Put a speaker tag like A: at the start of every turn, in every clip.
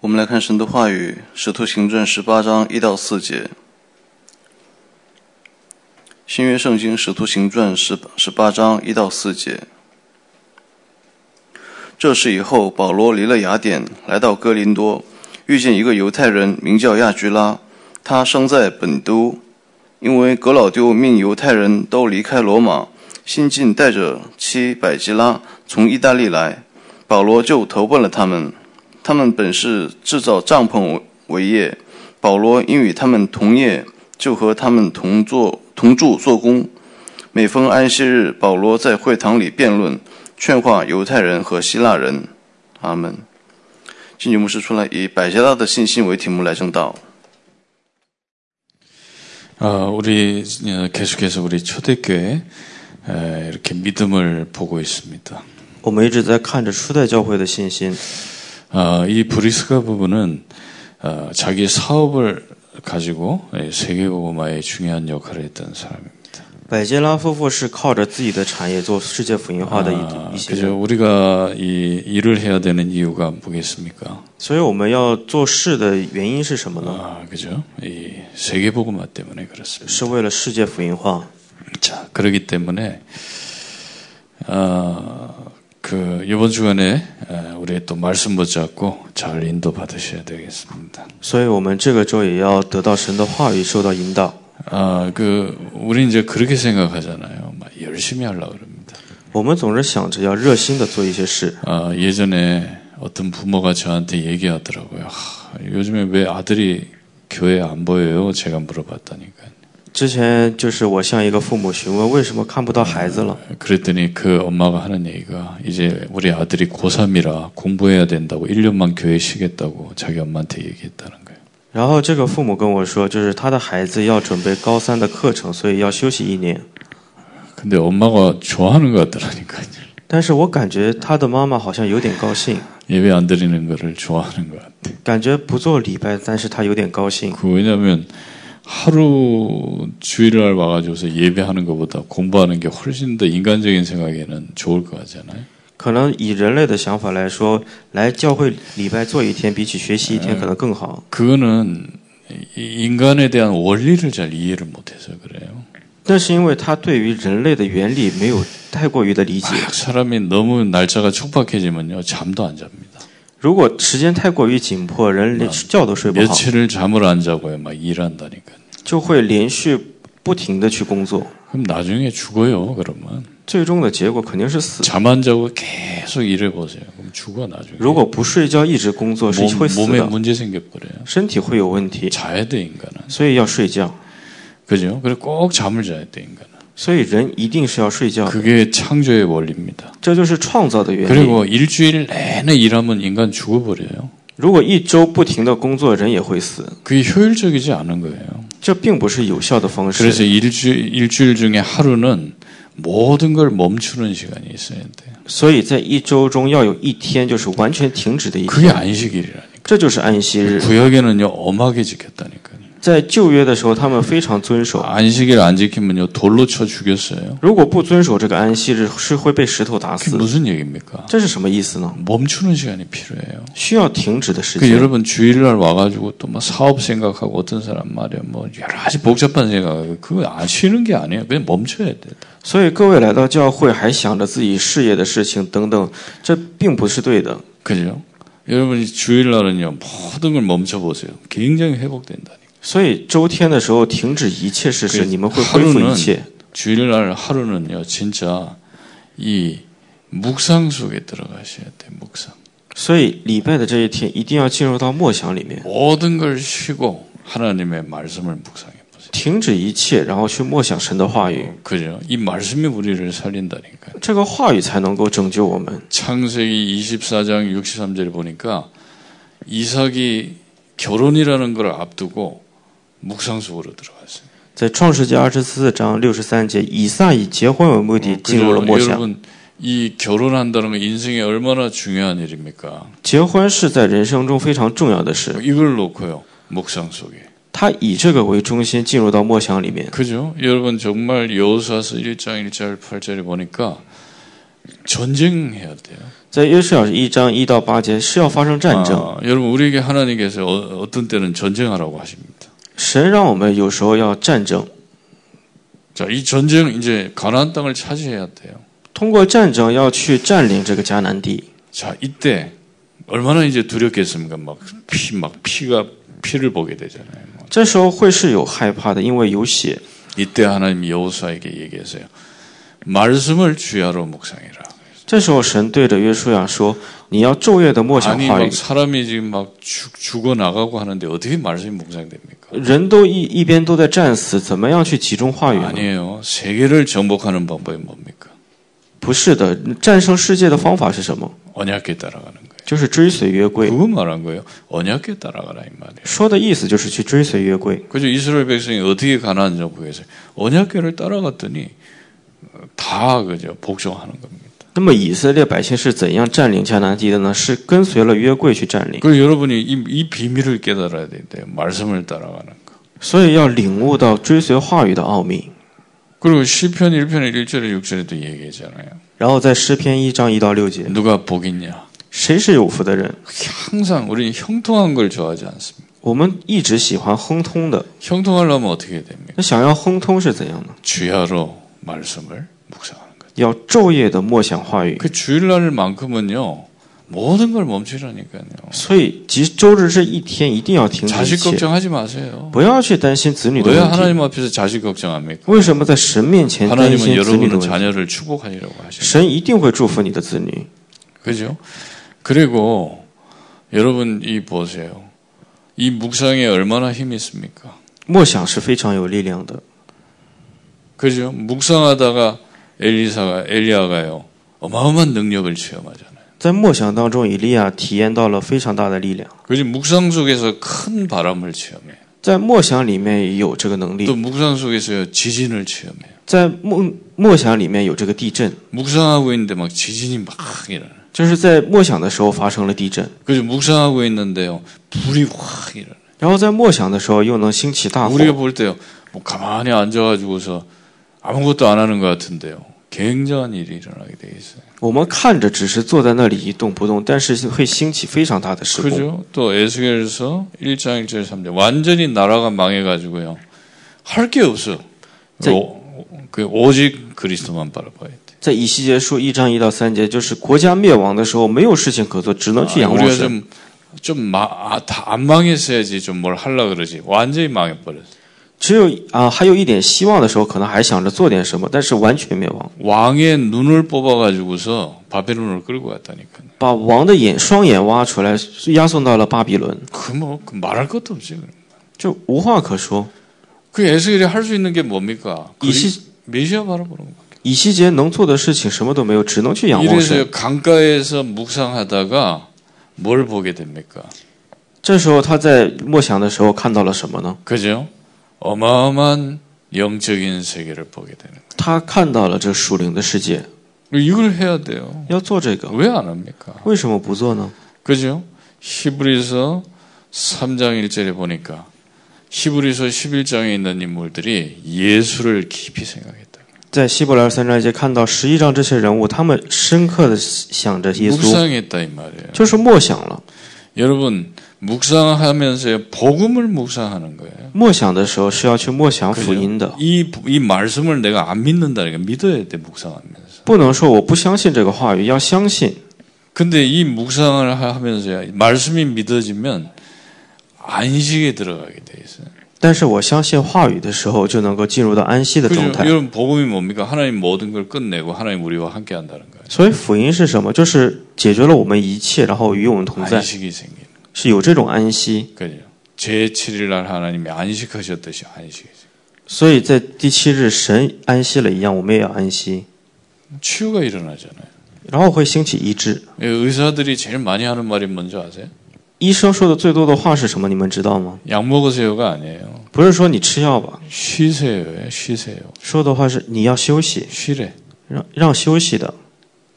A: 我们来看神的话语，《使徒行传》十八章一到四节。新约圣经《使徒行传》十十八章一到四节。这事以后，保罗离了雅典，来到哥林多，遇见一个犹太人，名叫亚居拉，他生在本都，因为格老丢命犹太人都离开罗马，新晋带着妻百吉拉从意大利来，保罗就投奔了他们。他们本是制造帐篷为业，保罗因与他们同业，就和他们同做同住做工。每逢安息日，保罗在会堂里辩论，劝化犹太人和希腊人。阿门。金节牧师出来以百加拉的信心为题目来正道。
B: 아, 우리 어, 계속해서 우리 초대교회 에, 이렇게 믿음을 보고 있습니다.
C: 我们一直在看着初代教会的信心，
B: 아, 이 브리스가 부부는 어, 자기 사업을 가지고 예, 세계복음화에 중요한 역할을 했던 사람입니다.
C: 百基拉夫妇是靠着自己的产业做世界福音化的一、
B: 아,
C: 一些人，
B: 그죠? 우리가 이 일을 해야 되는 이유가 뭐겠습니까?
C: 所以我们要做事的原因是什么呢？
B: 아, 그죠? 이 세계복음화 때문에 그렇습니다.
C: 是为了世界福音化。
B: 자, 그러기 때문에 아, 그 이번 주간에 아, 우리 또 말씀 붙잡고 잘 인도 받으셔야 되겠습니다.
C: 所以我们这个周也要得到神的话语，受到引导。
B: 아, 그 우리 이제 그렇게 생각하잖아요. 막 열심히 하려고 그럽니다.
C: 我们总是想着要热心的做一些事。
B: 아, 예전에 어떤 부모가 저한테 얘기하더라고요. 하, 요즘에 왜 아들이 교회 안 보여요? 제가 물어봤다니까요.
C: 之前就是我向一个父母询问为什么看不到孩子了，
B: 그랬더니 그 엄마가 하는 얘기가 이제 우리 아들이 고3이라 공부해야 된다고 1년만 교회 쉬겠다고 자기 엄마한테 얘기했다는 거예요.
C: 然后这个父母跟我说，就是他的孩子要准备高三的课程，所以要休息一年。
B: 근데 엄마가 좋아하는 것 같더라니까요.
C: 但是我感觉他的妈妈好像有点高兴，
B: 예배 안 드리는 거를 좋아하는 것 같아.
C: 感觉不做礼拜，但是他有点高兴。
B: 그 왜냐면 하루 주일날 와가지고서 예배하는 것보다 공부하는 게 훨씬 더 인간적인 생각에는 좋을 것 같잖아요.
C: 可能以人类的想法来说，来教会礼拜做一天，比起学习一天可能更好。
B: 그거는 이- 인간에 대한 원리를 잘 이해를 못해서 그래요.
C: 但是因为他对于人类的原理没有太过于的理解，
B: 막 사람이 너무 날짜가 촉박해지면요 잠도 안 잡니다.
C: 如果时间太过于紧迫，人连觉都睡不好，
B: 며칠을 잠을 안 자고요 막 일한다니까.
C: 就会连续不停的去工作，
B: 그럼 나중에 죽어요 그러면
C: 最终的结果肯定是死。
B: 잠 안 자고 계속 일해 보세요. 그럼 죽어 나중에.
C: 如果不睡觉一直工作是
B: 몸,
C: 会死
B: 몸에
C: 的，
B: 문제 생겨버려요.
C: 身体会有问题，
B: 자야 돼 인간은.
C: 所以要睡觉。
B: 그죠? 그래 꼭 잠을 자야 돼 인간은.
C: 所以人一定是要睡觉，
B: 그게 창조의 원리입니다.
C: 这就是创造的原理。
B: 그리고 일주일 내내 일하면 인간 죽어버려요.
C: 如果一周不停的工作，人也会死，
B: 그게 효율적이지 않은 거예요.
C: 这并不是有效的方式。
B: 그래서 일주, 일주일 중에 하루는 모든 걸 멈추는 시간이 있어야 돼요.
C: 所以在一周中要有一天就是完全停止的一
B: 그게
C: 天，
B: 안식일이라니까.
C: 这就是安息
B: 예.
C: 日。
B: 구약에는요, 엄하게 지켰다니까요.
C: 在旧约的时候，他们非常遵守，
B: 안식일 안 지키면요, 돌로 쳐 죽였어요.
C: 如果不遵守这个安息日，是会被石头打
B: 그게
C: 死。
B: 무슨 얘기입니까?
C: 这是什么意思呢？
B: 멈추는 시간이 필요해요.
C: 需要停止的时
B: 그
C: 间。
B: 여러분 주일날 와가지고 또 막 사업 생각하고 어떤 사람 말이야 뭐 여러 가지 복잡한 생각하고 그거 안 쉬는 게 아니에요. 그냥 멈춰야 돼.
C: 所以各位来到教会还想着自己事业的事情等等，这并不是对的。
B: 그죠? 여러분이 주일날은요 모든 걸 멈춰 보세요. 굉장히 회복된다니까.
C: 所以周天的时候停止一切事实，
B: 对
C: 你们会恢复一切。
B: 주일날 하루는요 진짜 이 묵상 속에 들어가셔야 돼. 묵상.
C: 所以礼拜的这一天一定要进入到默想里面，
B: 모든 걸 쉬고 하나님의 말씀을 묵상해 보세요.
C: 停止一切，然后去默想神的话语。
B: 그죠? 이 말씀이 우리를 살린다니까. 요
C: 这个话语才能够拯救我们。
B: 창세기 24장 63절에 보니까 이삭이 결혼이라는 걸 앞두고 묵상 속으로 들어갔어요.
C: 在创世纪二十四章六十三节，以撒以结婚为目
B: 哦
C: 的进入了
B: 그죠?
C: 默想。
B: 여러분 이 결혼한다는 건 인생에 얼마나 중요한 일입니까?
C: 结婚是在人生中非常重要的事。
B: 이걸 놓고요. 묵상 속에.
C: 他以这个为中心进入到默想里面。
B: 그죠? 여러분 정말 여호수아서 1장 1절 8절에 보니까 전쟁해야 돼요.
C: 在约书亚一章一到八节是要发生战争，
B: 아, 여러분 우리에게 하나님께서 어, 어떤 때는 전쟁하라고 하십니다.
C: 神让我们有时候要战争，
B: 자, 이 전쟁 이제 가나안 땅을 차지해야 돼요.
C: 通过战争要去占领这个迦南地。
B: 자, 이때 얼마나 이제 두렵겠습니까? 막 피, 막 피가 피를 보게 되잖아요.
C: 这时候会是有害怕的，因为有血。
B: 이때 하나님 여호수아에게 얘기했어요. 말씀을 주야로 묵상해라.
C: 这时候神对着约书亚说：“你要昼夜的默想
B: 아니
C: 话语
B: 막 。 사람이 지금 막 죽, 죽어 나가고 하는데 어떻게 말씀이 묵상됩니까? ”
C: 人都一一边都在战死，怎么样去集中话语呢？
B: 아니에요. 예. 세계를 정복하는 방법이 뭡니까?
C: 不是的，战胜世界的方法是什么？
B: 언약에 따라가는 거예요.
C: 就是追随约规。
B: 그거 말한 거예요. 언약에 따라가라 이 말이에요.
C: 说的意思就是去追随约规。
B: 그죠? 이스라엘 백성이 어떻게 가나안 정복했어요? 언약궤를 따라갔더니 다 그죠 복종하는 겁니다.
C: 那么以色列百姓是怎样占领迦南地的呢？是跟随了约柜去占领。
B: 그 여러분이 이, 이 비밀을 깨달아야 돼요. 말씀을 따라가는 거.
C: 所以要领悟到追随话语的奥秘。
B: 그리고 시편 1편 1절에 6절에도 얘기했잖아요.
C: 然后在诗篇一章一到六节，
B: 누가 복이냐?
C: 谁是有福的人？
B: 항상 우리는 형통한 걸 좋아하지 않습니다.
C: 我们一直喜欢亨通的，
B: 형통하려면 어떻게 해야 됩니까?
C: 那想要亨通是怎样呢？
B: 주야로 말씀을 묵상하는 거죠.
C: 要昼夜的默想话语。
B: 그 주일날만큼은요. 모든 걸 멈추라니까요.
C: 所以，即周日这一天一定要停止一
B: 자식
C: 切，
B: 걱정하지 마세요.
C: 不要去担心子女的
B: 왜
C: 问题。
B: 하나님 앞에서 자식 걱정합니까?
C: 为什么在神面前担
B: 하나님은
C: 心子女的
B: 여러분을
C: 问题？
B: 자녀를 축복하시라고 하시죠.
C: 神一定会祝福你的子女。
B: 그죠? 그리고 여러분 이 보세요. 이 묵상에 얼마나 힘이 있습니까?
C: 默想是非常有力量的。
B: 그죠? 묵상하다가 엘리사가 엘리야가요. 어마어마한 능력을 체험하잖아요.
C: 在默想当中，以利亚体验到了非常大的力量。
B: 그지? 묵상 속에서 큰 바람을 체험해요.
C: 在默想里面有这个能
B: 또
C: 力，
B: 묵상 속에서 지진을 체험해요.
C: 在默默想里面有这个地震，
B: 묵상하고 있는데 막 지진이 막 일어나요.
C: 就是在默想的时候发生了地震，
B: 그죠? 묵상하고 있는데요. 불이 확 일어나요.
C: 然后在默想的时候又能兴起大火。
B: 아, 우리가 볼 때요, 뭐 가만히 앉아가지고서 아무것도 안 하는 것 같은데요. 굉장한 일이 일어나게 돼 있어요.
C: 我们看着只是坐在那里一动不动，但是会兴起非常大的事故。
B: 그죠? 또 에스겔서 1장 1절 3절 완전히 나라가 망해가지고요. 할 게 없어.
C: 자-
B: 오, 그 오직 그리스도만 바라봐야 돼.
C: 在以西结书一章一到三节，就是国家灭亡的时候没有事情可做，只能去
B: 아,
C: 仰望
B: 우리가
C: 神。
B: 좀, 좀, 마, 아, 다 안 망했어야지 좀 뭘 하려 그러지. 완전히 망해버렸어.
C: 只有啊、还有一点希望的时候，可能还想着做点什么，但是完全灭亡，
B: 왕의 눈을 뽑아가지고서 바벨론을 끌고 갔다니까요.
C: 把王的眼双眼挖出来，押送到了巴比伦，
B: 그 뭐, 그 말할 것도 없지. 그럼.
C: 就无话可说。
B: 그 에스겔이 할 수 있는 게 뭡니까?
C: 이 시-
B: 그리- 메시아 바라보는 거.
C: 以西结能做的事情什么都没有，只能去仰望神。
B: 이래서 강가에서 묵상하다가 뭘 보게 됩니까?
C: 这时候他在默想的时候看到了什么呢？
B: 그죠? 어마어마한 영적인 세계를 보게 되는 거예요.
C: 他看到了这属灵的世界，
B: 이걸 해야 돼요.
C: 要做这个，
B: 왜 안 합니까?
C: 为什么不做呢？
B: 그죠? 히브리서 3장 1절에 보니까 히브리서 11장에 있는 인물들이 예수를 깊이 생각했다.
C: 在希伯来三章一节看到十一章这些人物，他们深刻的想着耶稣，
B: 묵상했다 이 말이에요.
C: 就是默想了。
B: 여러분 묵상하면서 복음을 묵상하는 거예요.
C: 默想的时候是要去默想福音的，
B: 이, 이 말씀을 내가 안 믿는다니까 믿어야 돼 묵상하면서.
C: 不能说我不相信这个话语，要相信。
B: 근데 이 묵상을 하- 하면서 말씀이 믿어지면 안식에 들어가게 돼 있어요.
C: 但是我相信话语的时候，就能够进入到安息的
B: 그죠?
C: 状态。
B: 여러분 복음이 뭡니까? 하나님 모든 걸 끝내고 하나님 우리와 함께 한다는 거예요.
C: 所以福音是什么？就是解决了我们一切，然后与我们同在，
B: 안식이 생기는
C: 是有这种安息。
B: 거죠. 제 7일 날 하나님이 안식하셨듯이 안식이 생겨요.
C: 所以在第七日，神安息了一样，我们也要安息，
B: 치유가 일어나잖아요.
C: 然后会兴起医治。
B: 예, 의사들이 제일 많이 하는 말이 뭔지 아세요?
C: 医生说的最多的话是什么？你们知道吗？
B: 약 먹으세요가 아니에요.
C: 不是说你吃药吧，
B: 쉬세요. 쉬세요.
C: 说的话是你要休息，
B: 쉬래.
C: 让让休息的，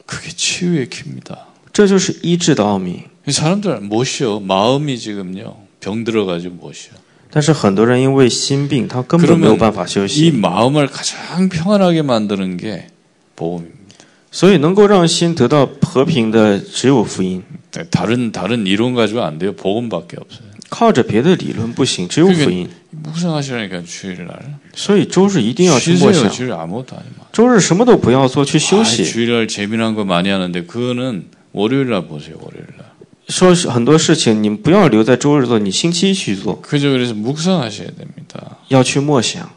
B: 그게 치유의 킵니다.
C: 这就是医治的奥秘。
B: 이 사람들 못 쉬어. 마음이 지금요. 병 들어가지고 못 쉬어.
C: 但是很多人因为心病，他根本没有办法休
B: 이
C: 息，
B: 마음을 가장 평안하게 만드는 게 복음입니다.
C: 所以能够让心得到和平的只有福音，
B: 다른 다른 이론 가지고 안 돼요. 복음밖에 없어요.
C: 靠着别的理论不行，只有福音。
B: 묵상하시라니까 주일날.
C: 所以周日一定要去默
B: 쉬세요.
C: 想，
B: 주일 아무것도 하지 마.
C: 周日什么都不要做，去
B: 아,
C: 休息。
B: 주일날 재미난 거 많이 하는데 그거는 월요일날 보세요. 월요일날.
C: 说是很多事情你不要留在周日做，你星期一去做，
B: 그죠? 그래서 묵상하셔야 됩니다.
C: 要去默想，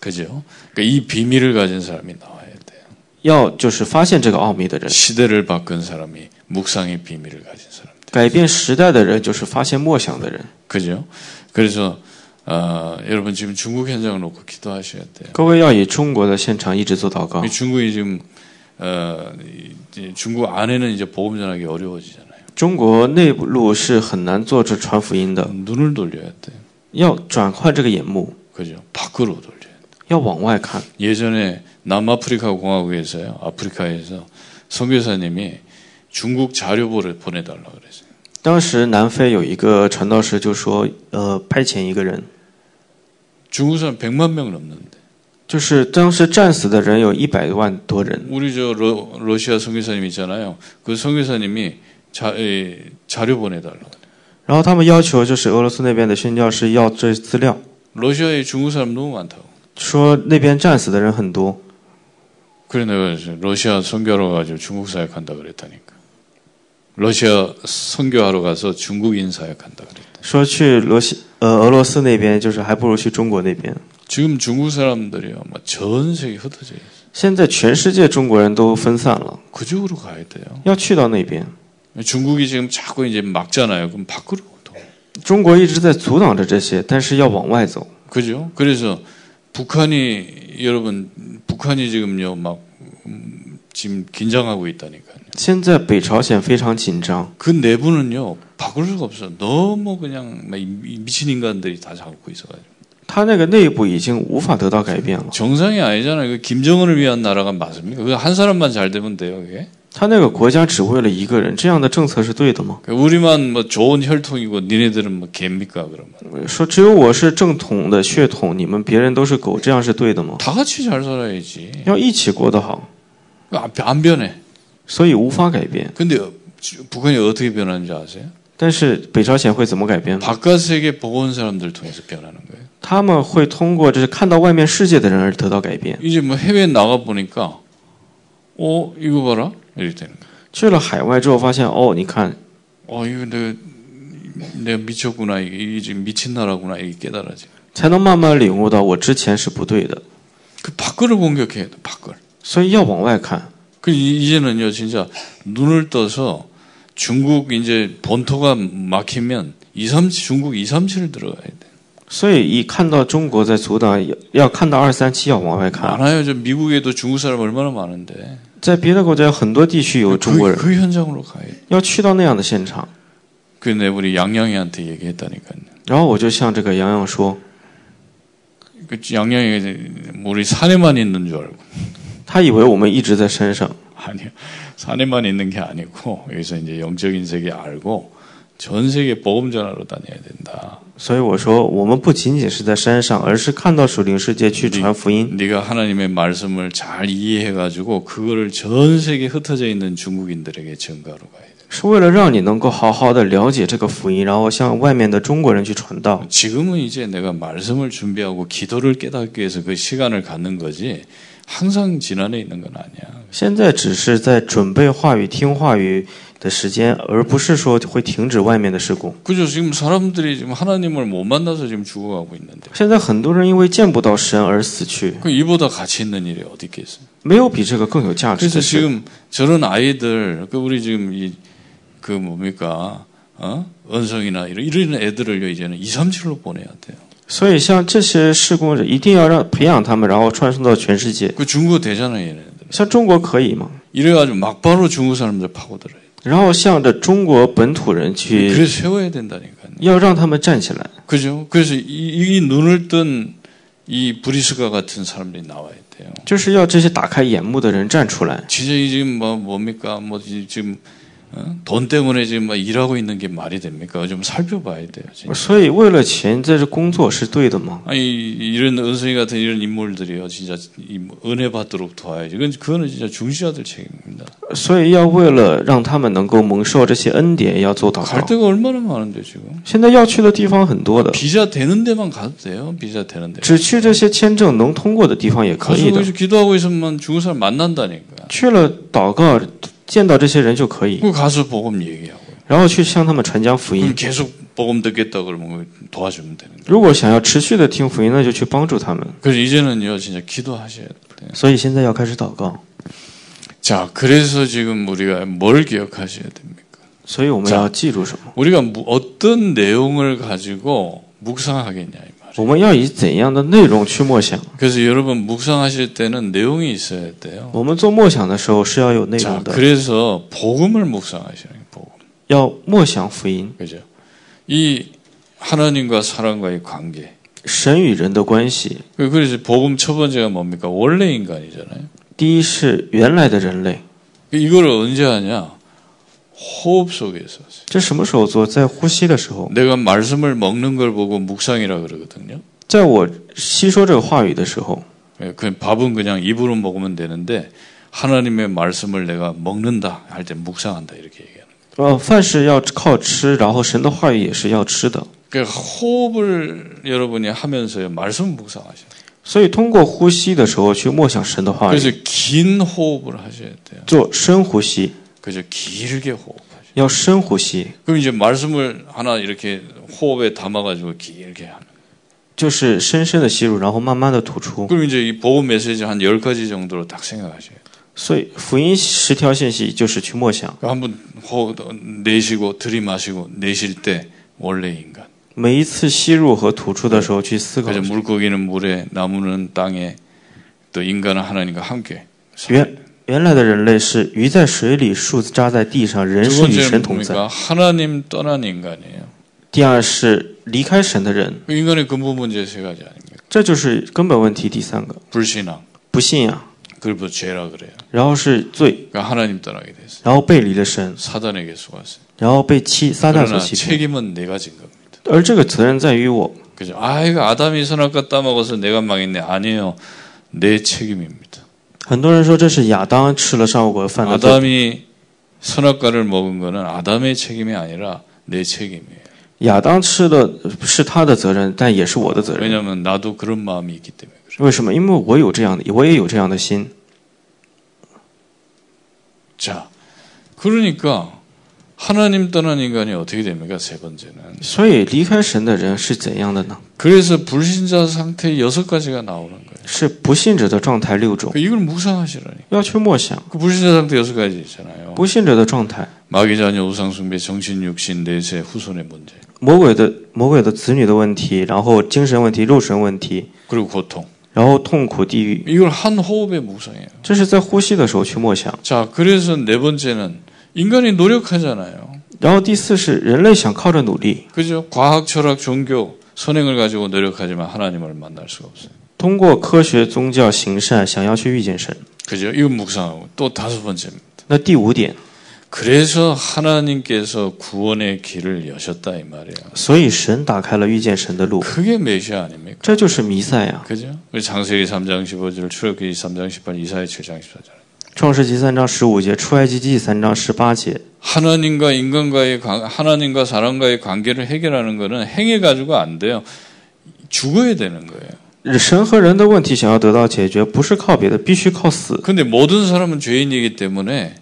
B: 그죠? 그러니까 이 비밀을 가진 사람이 나와야 돼요.
C: 要就是发现这个奥秘的人。
B: 그렇죠. 시대를 바꾼 사람이 묵상의 비밀을 가진 사람.
C: 改变时代的人就是发现默想的人。
B: 그죠? 그래서 아, 여러분 지금 중국 현장 놓고 기도하셔야 돼요.
C: 各位要以中国的现场一直做祷告
B: 이 。 중국이 지금 어, 이제 중국 안에는 이제 복음 전하기 어려워지잖아요.
C: 中国内陆是很难做这传福音的，
B: 눈을 돌려야 돼. 요
C: 要转换这个眼目，
B: 그죠? 밖으로 돌려야 돼. 요
C: 要往外看。
B: 예전에 남아프리카 공화국에서요. 아프리카에서 선교사님이 중국 자료보를 보내 달라 그랬어요.
C: 当时南非有一个传道士就说，呃，派遣一个人，
B: 중국 사람 100만 명 넘는데.
C: 就是当时战死的人有一百万多人。
B: 우리 저 러, 러시아 선교사님 있잖아요. 그 선교사님이 자, 에, 자료 보내 달라고.
C: 然后他们要求就是俄罗斯那边的宣教士要这资料，
B: 러시아에 중국 사람 너무 많다고.
C: 说那边战死的人很多。
B: 그래 내가 이제 러시아 선교하러 가지고 중국 사역한다 그랬다니까. 러시아 선교하러 가서 중국인 사역한다 그랬다.
C: 说去罗西呃俄罗斯那边，就是还不如去中国那边。
B: 지금 중국 사람들이요, 막전 세계 흩어져 있어.
C: 现在全世界中国人都分散了，
B: 그 쪽으로 가야 돼요.
C: 要去到那边。
B: 중국이 지금 자꾸 이제 막잖아요. 그럼 밖으로 또.
C: 中国一直在阻挡着这些，但是要往外走。
B: 그죠? 그래서 북한이 여러분 북한이 지금요 막 음, 지금 긴장하고 있다니까요.
C: 现在北朝鲜非常紧张，
B: 그 내부는요 바꿀 수가 없어. 너무 그냥 막 이- 이 미친 인간들이 다 잡고 있어가지고.
C: 他那个内部已经无法得到改变了。
B: 정상이 아니잖아요. 그 김정은을 위한 나라가 맞습니까? 그 한 사람만 잘 되면 돼요, 그게.
C: 他那个国家只为了一个人，这样的政策是对的吗？
B: 그 우리만 뭐 좋은 혈통이고 니네들은 뭐 개입니까, 그러면.
C: 说只有我是正统的血统，你们别人都是狗，这样是对的吗？
B: 다 같이 잘 살아야지.
C: 要一起过得好，
B: 아, 안 변해.
C: 所以无法改变。
B: 근데 북한이 어떻게 변하는지 아세요?
C: 但是北朝鲜会怎么改变？
B: 바깥 세계 보고 온 사람들 통해서 변하는 거예요.
C: 他们会通过就是看到外面世界的人而得到改变。
B: 이제 뭐 해외 나가 보니까 어, 이거 봐라. 이렇게 되는 거예요.
C: 去了海外之后，发现哦，你看
B: 어, 이거 내가 내가 미쳤구나. 이게, 이게 지금 미친 나라구나. 이게 깨달아지.
C: 才能慢慢领悟到我之前是不对的，
B: 그 밖을 공격해야 돼. 밖을.
C: 所以要往外看。
B: 그 이- 이제는요 진짜 눈을 떠서 중국 이제 본토가 막히면 2, 3, 중국 2, 3, 7 들어가야 돼.
C: 所以一看到中国在阻挡，要要看到二三七要往外看。
B: 많아요. 저 미국에도 중국 사람 얼마나 많은데.
C: 在别的国家有很多地区有
B: 그,
C: 中国人，
B: 그 현장으로 가야 돼.
C: 要去到那样的现场。
B: 그내 네, 우리 양양이한테 얘기했다니까요.
C: 然后我就向这个洋洋说，
B: 그 양양이가 이제 뭐 우리 산에만 있는 줄 알고.
C: 他以为我们一直在山上，
B: 아니요. 산에만 있는 게 아니고 여기서 이제 영적인 세계 알고 전 세계 보험 전화로 다녀야 된다.
C: 所以我说我们不仅仅是在山上，而是看到属灵世界去传福音。
B: 네가 하나님의 말씀을 잘 이해해 가지고 그거를 전 세계 흩어져 있는 중국인들에게 증가로 가야 돼.
C: 是为了让你能够好好的了解这个福音，然后向外面的中国人去传道。
B: 지금은 이제 내가 말씀을 준비하고 기도를 깨닫기 위해서 그 시간을 갖는 거지. 항상 지난해 있는 건 아니야.
C: 现在只是在准备话语、听话语的时间，而不是说会停止外面的事故。
B: 그죠? 지금 사람들이 지금 하나님을 못 만나서 지금 죽어가고 있는데.
C: 现在很多人因为见不到神而死去，
B: 그 이보다 가치 있는 일이 어디 있겠어요?
C: 没有比这个更有价值
B: 그래서
C: 的事。
B: 지금 저런 아이들, 그 우리 지금 이 그 뭡니까? 어? 은성이나 이런 이런 애들을요 이제는 2, 3, 7로 보내야 돼요.
C: 所以，像这些事工者，一定要让培养他们，然后传送到全世界。
B: 그 중국 되잖아요, 얘네.
C: 像中国可以吗？
B: 이래가지고 막바로 중국 사람들 파고들어요.
C: 然后向着中国本土人去，
B: 그래서 세워야 된다니까요.
C: 要让他们站起来。
B: 그죠? 그래서 이, 이 눈을 뜬 이 브리스가 같은 사람들이 나와야 돼요.
C: 就是要这些打开眼目的人站出来。
B: 진짜 이 지금 뭐 뭡니까? 뭐 이- 지금 어? 돈 때문에 지금 막 일하고 있는 게 말이 됩니까? 좀 살펴봐야 돼요. 진짜.
C: 所以为了钱在这工作是对的吗？
B: 아니 이런 은성이 같은 이런 인물들이요, 진짜 이 은혜 받도록 도와야지. 그건 그거는 진짜 중시자들 책임입니다.
C: 所以要为了让他们能够蒙受这些恩典，要做祷
B: 갈
C: 告。
B: 데가 얼마나 많은데 지금.
C: 现在要去的地方很多的，
B: 비자 되는 데만 가도 돼요. 비자 되는 데.
C: 只去这些签证能通过的地方也可以
B: 가서
C: 的。
B: 거기서 기도하고 있으면 중국 사람 만난다니까.
C: 去了祷告，见到这些人就可以，
B: 그 가서 복음 얘기하고.
C: 然后去向他们传讲福音
B: 그럼 。 계속 복음 듣겠다 그러면 그거 도와주면 되는 거예요.
C: 如果想要持续的听福音，那就去帮助他们。
B: 그래서 이제는요, 진짜 기도하셔야 돼요.
C: 所以现在要开始祷告，
B: 자, 그래서 지금 우리가 뭘 기억하셔야 됩니까?
C: 所以我们
B: 这样
C: 要记住什么？
B: 우리가 무- 어떤 내용을 가지고 묵상하겠냐 이 말.
C: 我们要以怎样的内容去默想？
B: 그래서 여러분 묵상하실 때는 내용이 있어야 돼요.
C: 我们做默想的时候是要有内
B: 자,
C: 容的，
B: 그래서 복음을 묵상하시는 거예요. 복음.
C: 要默想福音，
B: 그죠? 이 하나님과 사람과의 관계.
C: 神与人的关系。
B: 그- 그래서 복음 첫 번째가 뭡니까? 원래 인간이잖아요.
C: 第一是原来的人类，
B: 이걸 언제 하냐? 호흡 속에서.
C: 这什么时候做？在呼吸的时候，
B: 내가 말씀을 먹는 걸 보고 묵상이라 그러거든요.
C: 在我吸收这个话语的时候，
B: 예, 그 밥은 그냥 입으로 먹으면 되는데 하나님의 말씀을 내가 먹는다 할 때 묵상한다 이렇게 얘기해요.
C: 呃，饭是要靠吃，然后神的话语也是要吃的。
B: 그 호흡을 여러분이 하면서 말씀 묵상하셔야 돼요.
C: 所以通过呼吸的时候去默想神的话语，
B: 그래서 긴 호흡을 하셔야 돼요.
C: 做深呼吸，
B: 그래서 길게 호흡하셔야 돼요.
C: 要深呼吸，
B: 그럼 이제 말씀을 하나 이렇게 호흡에 담아가지고 길게 하는.
C: 就是深深的吸入，然后慢慢的吐出。
B: 그럼 이제 이 보호 메시지 한 10가지 정도로 딱 생각하셔야 돼요.
C: 所以福音十条信息就是去默想，
B: 그러니까 한번 호흡 내쉬고 들이마시고 내쉴 때 원래 인간.
C: 每一次吸入和吐出的时候去思考
B: 그래서 ， 물고기는 물에 나무는 땅에 또 인간은 하나님과 함께. 살-
C: 原原来的人类是鱼在水里，树扎在地上，
B: 두
C: 人是与
B: 번째는
C: 神同在。
B: 뭡니까? 하나님 떠난 인간이에요.
C: 第二是离开神的人，
B: 그 인간의 근본 문제 세 가지 아닙니까?
C: 这就是根本问题。第三个，
B: 불신앙,
C: 不信仰，
B: 그리고 죄라 그래요.
C: 然后是罪，
B: 그러니까 하나님 떠나게 됐어요.
C: 然后背离了神，
B: 사단에게 속았어요.
C: 然后被欺撒旦
B: 그러나
C: 所欺骗。
B: 책임은 내가 진 겁니다.
C: 而这个责任在于我，
B: 그죠? 아, 이거 아담이 선악과 따먹어서 내가 망했네. 아니에요. 내 책임입니다.
C: 很多人说这是亚当吃了上果犯的罪，
B: 아담이 선악과를 먹은 거는 아담의 책임이 아니라 내 책임이에요.
C: 亚当吃的是他的责任，但也是我的责任。
B: 왜냐하면 나도 그런 마음이 있기 때문에.
C: 为什么？因为我有这样的，我也有这样的心。
B: 자, 그러니까 하나님 떠난 인간이 어떻게 됩니까? 세 번째는.
C: 所以离开神的人是怎样的呢？
B: 그래서 불신자 상태 여섯 가지가 나오는 거예요.
C: 是不信者的状态六种，
B: 그 이걸 묵상하시라니.
C: 要去默想
B: 그 불신자 상태 여섯 가지 있잖아요.
C: 不信者的状态，
B: 마귀 자녀 우상 숭배 정신 육신 내세 후손의 문제.
C: 魔鬼的魔鬼的子女的问题，然后精神问题、肉神问题，
B: 그리고 고통.
C: 然后痛苦、地狱，
B: 이걸 한 호흡에 묵상해요.
C: 这是在呼吸的时候去默想。
B: 자, 그래서 네 번째는 인간이 노력하잖아요.
C: 然后第四是人类想靠着努力，
B: 그죠? 과학, 철학, 종교, 선행을 가지고 노력하지만 하나님을 만날 수가 없어요.
C: 通过科学、宗教、行善，想要去遇见神。
B: 그죠? 이건 묵상하고 또 다섯 번째.
C: 那第五点，
B: 그래서 하나님께서 구원의 길을 여셨다 이 말이에요.
C: 所以神打开了遇见神的路，
B: 그게 메시아 아닙니까?
C: 这就是弥赛亚。
B: 그죠? 우리 장세기 3장 15절, 출애굽기 3장 18, 이사야 7장 14절.
C: 创世纪三章十五节，出埃及记三章十八节，
B: 하나님과 인간과의 관- 하나님과 사람과의 관계를 해결하는 거는 행해 가지고 안 돼요. 죽어야 되는 거예요.
C: 神和人的问题想要得到解决，不是靠别的，必须靠死。
B: 근데 모든 사람은 죄인이기 때문에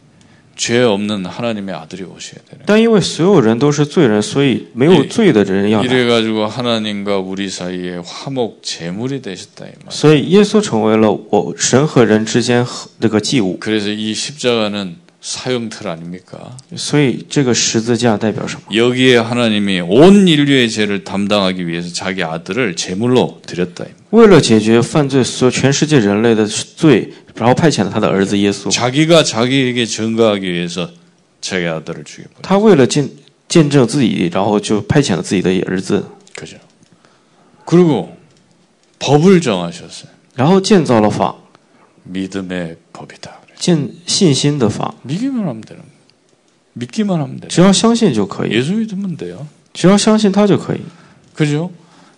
B: 죄 없는 하나님의 아들이 오셔야 되는
C: 但因为所有人都是罪人，所以没有罪的人要
B: 거예요.
C: 来。
B: 이래 가지고 하나님과 우리 사이에 화목 제물이 되셨다 이 말.
C: 所以耶稣成为了我神和人之间和这个祭物。
B: 그래서 이 십자가는 사형틀 아닙니까?
C: 所以这个十字架代表什么？
B: 여기에 하나님이 온 인류의 죄를 담당하기 위해서 자기 아들을 제물로 드렸다. 이 말.
C: 为了解决犯罪所有全世界人类的罪，然后派遣了他的儿子耶稣。
B: 자기가 자기에게 전가하기 위해서 자기 아들을 죽여버려.
C: 他为了见见证自己，然后就派遣了自己的儿子，
B: 그죠. 그리고 법을 정하셨어요.
C: 然后建造了法，
B: 믿음의 법이다. 그래요.
C: 建信心的法。
B: 믿기만 하면 되는 거예요. 믿기만 하면 돼요.
C: 只要相信就可以，
B: 예수 믿으면 돼요.
C: 只要相信他就可以。
B: 그죠?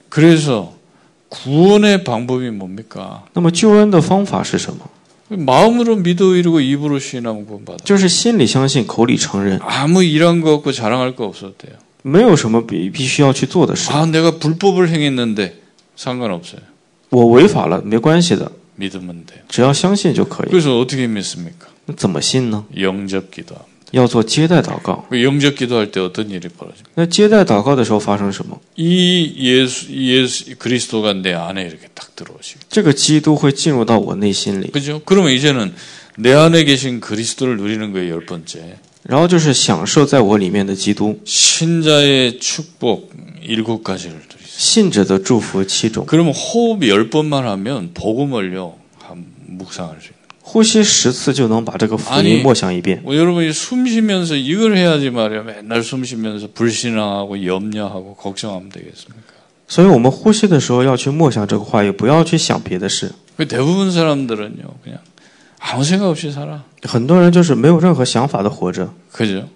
B: 그래서 구원의 방법이 뭡니까?
C: 那么救恩的方法是什么？
B: 마음으로 믿어 이루고 입으로 시인하면 구원받아.
C: 就是心里相信，口里承认，
B: 아무 일한 거 없고 자랑할 거 없었대요.
C: 没有什么必必须要去做的事。
B: 아 내가 불법을 행했는데 상관없어요.
C: 我违法了，没关系的，
B: 믿으면 돼요.
C: 只要相信就可以。
B: 그래서 어떻게 믿습니까?
C: 那怎么信呢？
B: 영접 기도.
C: 要做接待祷告。
B: 그 영접 기도할 때 어떤 일이 벌어집니까?
C: 那接待祷告的时候发生什么？
B: 이 예수, 예수 그리스도가 내 안에 이렇게 딱 들어오시고.
C: 这个基督会进入到我内心里，
B: 그죠? 그러면 이제는 내 안에 계신 그리스도를 누리는 거예요, 열 번째.
C: 然后就是享受在我里面的基督。
B: 신자의 축복 일곱 가지를 누리세요.
C: 信者的祝福七种，
B: 그러면 호흡 열 번만 하면 복음을요, 한 묵상할 수 있는.
C: 呼吸十次就能把这个福
B: 아니
C: 音默想一遍。
B: 거예요. 여러분이 숨 쉬면서 이걸 해야지 말이야. 맨날 숨 쉬면서 불신앙하고 염려하고 걱정하면 되겠습니까?
C: 所以我们呼吸的时候要去默想这个话语，不要去想别的事。
B: 그 대부분 사람들은요, 그냥 아무 생각 없이 살아.
C: 很多人就是没有任何想法的活着，
B: 그죠?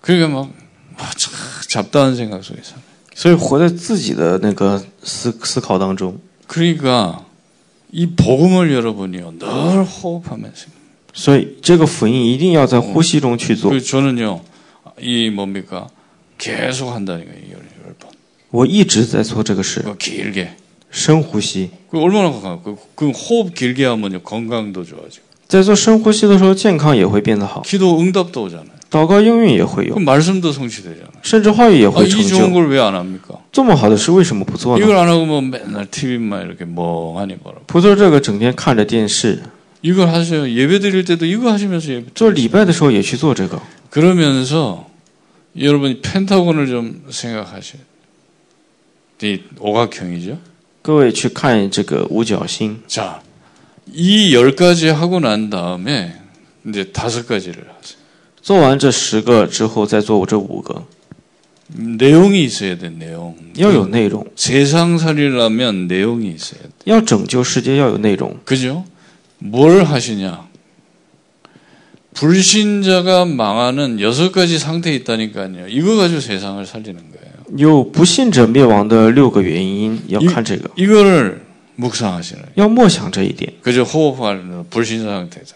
B: 그러니까 막, 아, 참 잡다한 생각 속에 살아.
C: 所以活在自己的那个思思考当中。
B: 그러니까 이 복음을 여러분이요, 늘 호흡하면서.
C: 所以这个福音一定要在呼吸中去做。
B: 그 저는요, 이 뭡니까? 계속 한다니까, 이 열, 열 번.
C: 我一直在做这个事，
B: 그거 길게.
C: 深呼吸。
B: 그 얼마나 건강, 그, 그 호흡 길게 하면요, 건강도 좋아지고.
C: 在做深呼吸的时候，健康也会变得好，
B: 기도 응답도 오잖아요.
C: 祷告应运也会有
B: 그 ， 말씀도 성취되잖아요.
C: 甚至话语也
B: 아,
C: 会
B: 이
C: 成
B: 좋은
C: 就。
B: 걸 왜 안 합니까?
C: 这么好的事为什么不做呢？
B: 이걸 안 하고 뭐 맨날 TV만 이렇게 멍하니 봐라.
C: 不做这个，整天看着电视；
B: 이걸 하세요. 예배 드릴 때도 이거 하시면서 예배
C: 做
B: 드리세요.
C: 礼拜的时候也去做这个。
B: 그러면서 여러분이 펜타곤을 좀 생각하셔야 돼요. 이 오각형이죠.
C: 各位去看这个五角星，
B: 자, 이 열 가지 하고 난 다음에 이제 다섯 가지를 하세요.
C: 做完这十个之后，再做我这五个，
B: 음, 내용이 있어야 돼, 내용.
C: 要有内容，
B: 세상 살리려면 내용이 있어야 돼.
C: 要拯救世界要有内容。
B: 그죠? 뭘 하시냐? 불신자가 망하는 여섯 가지 상태에 있다니까요. 이거 가지고 세상을 살리는 거예요.
C: 有不信者灭亡的六个原因，要
B: 一
C: 看这个，
B: 이거를 묵상하시는 거예요.
C: 要默想这一点。
B: 그죠? 호흡하는 불신자 상태죠.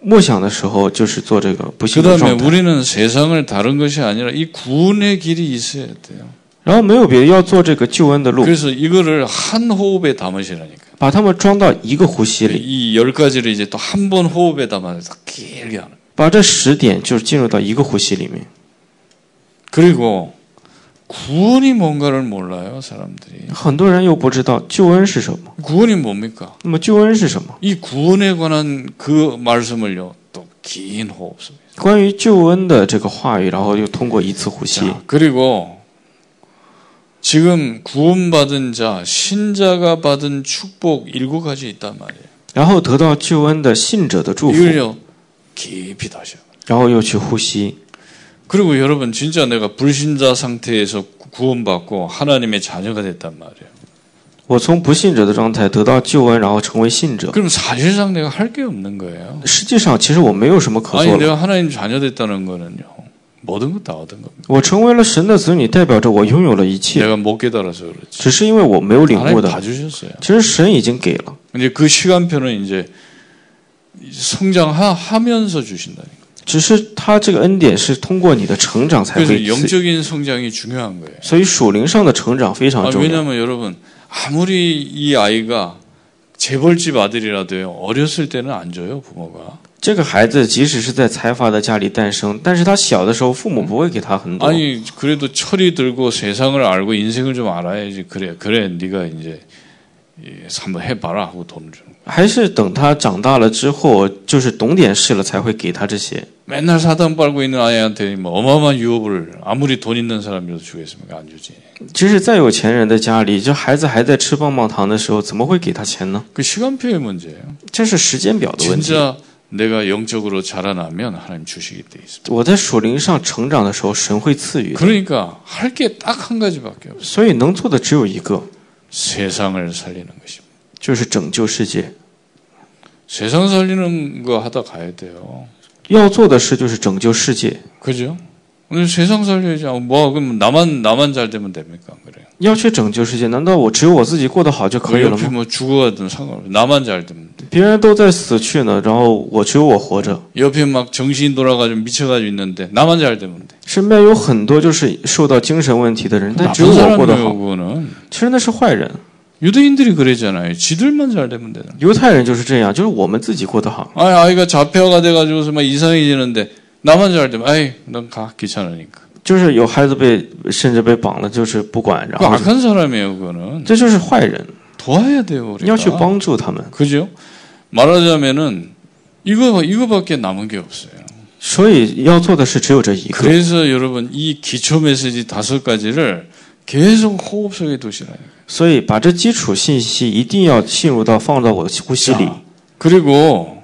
C: 默想的时候就是做这个不
B: 그
C: 信的
B: 다음에
C: 状态，
B: 우리는 세상을 다른 것이 아니라 이 구원의 길이 있어야 돼요.
C: 然后没有别的，要做这个救恩的路，
B: 그래서 이거를 한 호흡에 담으시라니까.
C: 把他们装到一个呼吸里，
B: 이 열 가지를 이제 또 한 번 호흡에 담아서 길게 하는. 거예요.
C: 把这十点就是进入到一个呼吸里面。
B: 그리고 구원이 뭔가를 몰라요, 사람들이.
C: 很多人又不知道救恩是什么，
B: 구원이 뭡니까?
C: 那么救恩是什么？
B: 이 구원에 관한 그 말씀을요, 또 긴 호흡 속에.
C: 关于救恩的这个话语，然后又通过一次呼吸。
B: 자, 그리고 지금 구원받은 자, 신자가 받은 축복 일곱 가지 있단 말이에요.
C: 然后得到救恩的信者的祝福，
B: 이걸요, 깊이 다셔.
C: 然后又去呼吸。
B: 그리고 여러분 진짜 내가 불신자 상태에서 구원받고 하나님의 자녀가 됐단 말이에요.
C: 我从不信者的状态得到救恩，然后成为信者。
B: 그럼 사실상 내가 할 게 없는 거예요.
C: 实际上，其实我没哎有什么可
B: 아니
C: 做的。
B: 내가 하나님 자녀 됐다는 거는요. 모든 것 다 얻은 겁니다.
C: 我成为了神的子女，代表着我拥有了一切，
B: 내가 못 깨달아서 그렇지.
C: 只是因为我没有领悟
B: 하나님
C: 的
B: 다 。 주셨어요.
C: 其实神已经给了，
B: 근데 그 시간표는 이제 성장하면서 주신다는 거예요.
C: 只是他这个恩典是通过你的成长才
B: 그래서
C: 会赐。
B: 영적인 성장이 중요한 거예요.
C: 所以属灵上的成长非
B: 아,
C: 常重要。
B: 왜냐하면 여러분 아무리 이 아이가 재벌집 아들이라도요 어렸을 때는 안 줘요 부모가.
C: 这个孩子即使是在财阀的家里诞生，但是他小的时候父母不会给他很多。
B: 아니 그래도 철이 들고 세상을 알고 인생을 좀 알아야지 그래 그래 네가 이제 예, 한번 해봐라 하고 돈을 주는 거야.
C: 还是等他长大了之后，就是懂点事了才会给他这些。
B: 맨날 사단 빨고 있는 아이한테 뭐 어마어마한 유업을 아무리 돈 있는 사람이라도 주겠습니까 안 주지
C: 即使再有钱人的家里，这孩子还在吃棒棒糖的时候，怎么会给他钱呢？
B: 그 시간표의 문제예요
C: 这是时间表的问题。
B: 진짜 내가 영적으로 자라나면 하나님 주시기 돼 있습니다
C: 我在属灵上成长的时候，神会赐予的，
B: 그러니까 할 게 딱 한 가지밖에 없어요
C: 所以能做的只有一个，
B: 세상을 살리는 것입니다
C: 就是拯救世界。
B: 세상 살리는 거 하다 가야 돼요
C: 要做的事就是拯救世界，
B: 그죠? 오늘 세상 살려야지. 아, 뭐 그럼 나만 나만 잘 되면 됩니까? 그래요.
C: 要去拯救世界，难道我只有我自己过得好就可
B: 그
C: 以了
B: 옆에
C: 吗？
B: 뭐 죽어가든 상관없어. 나만 잘 되면. 돼.
C: 别人都在死去呢，然后我只有我活着。
B: 옆에 막 정신 돌아가지고 미쳐가지고 있는데 나만 잘 되면 돼.
C: 身边有很多就是受到精神问题的人，但只有
B: 나쁜
C: 我过得
B: 사람이에요
C: 好。
B: 그거는.
C: 其实那是坏人，
B: 유대인들이 그랬잖아요. 지들만 잘 되면 되는.
C: 犹太人就是这样，就是我们自己过得好。
B: 아이 아이가 자폐아가 돼가지고서 막 이상해지는데 나만 잘 되면 아이 난 가 귀찮으니까.
C: 就是有孩子被甚至被绑了，就是不管，然
B: 그
C: 后
B: 악한 사람이에요 그거는.
C: 这就是坏人，
B: 도와야 돼요
C: 你要去
B: 우리가.
C: 帮助他们。
B: 그죠? 말하자면은 이거 이거밖에 남은 게 없어요.
C: 所以要做的事只有这一个，
B: 그래서 여러분 이 기초 메시지 다섯 가지를 계속 호흡 속에 두시라요.
C: 所以把这基础信息一定要进入到放到我的呼吸里。
B: 그리고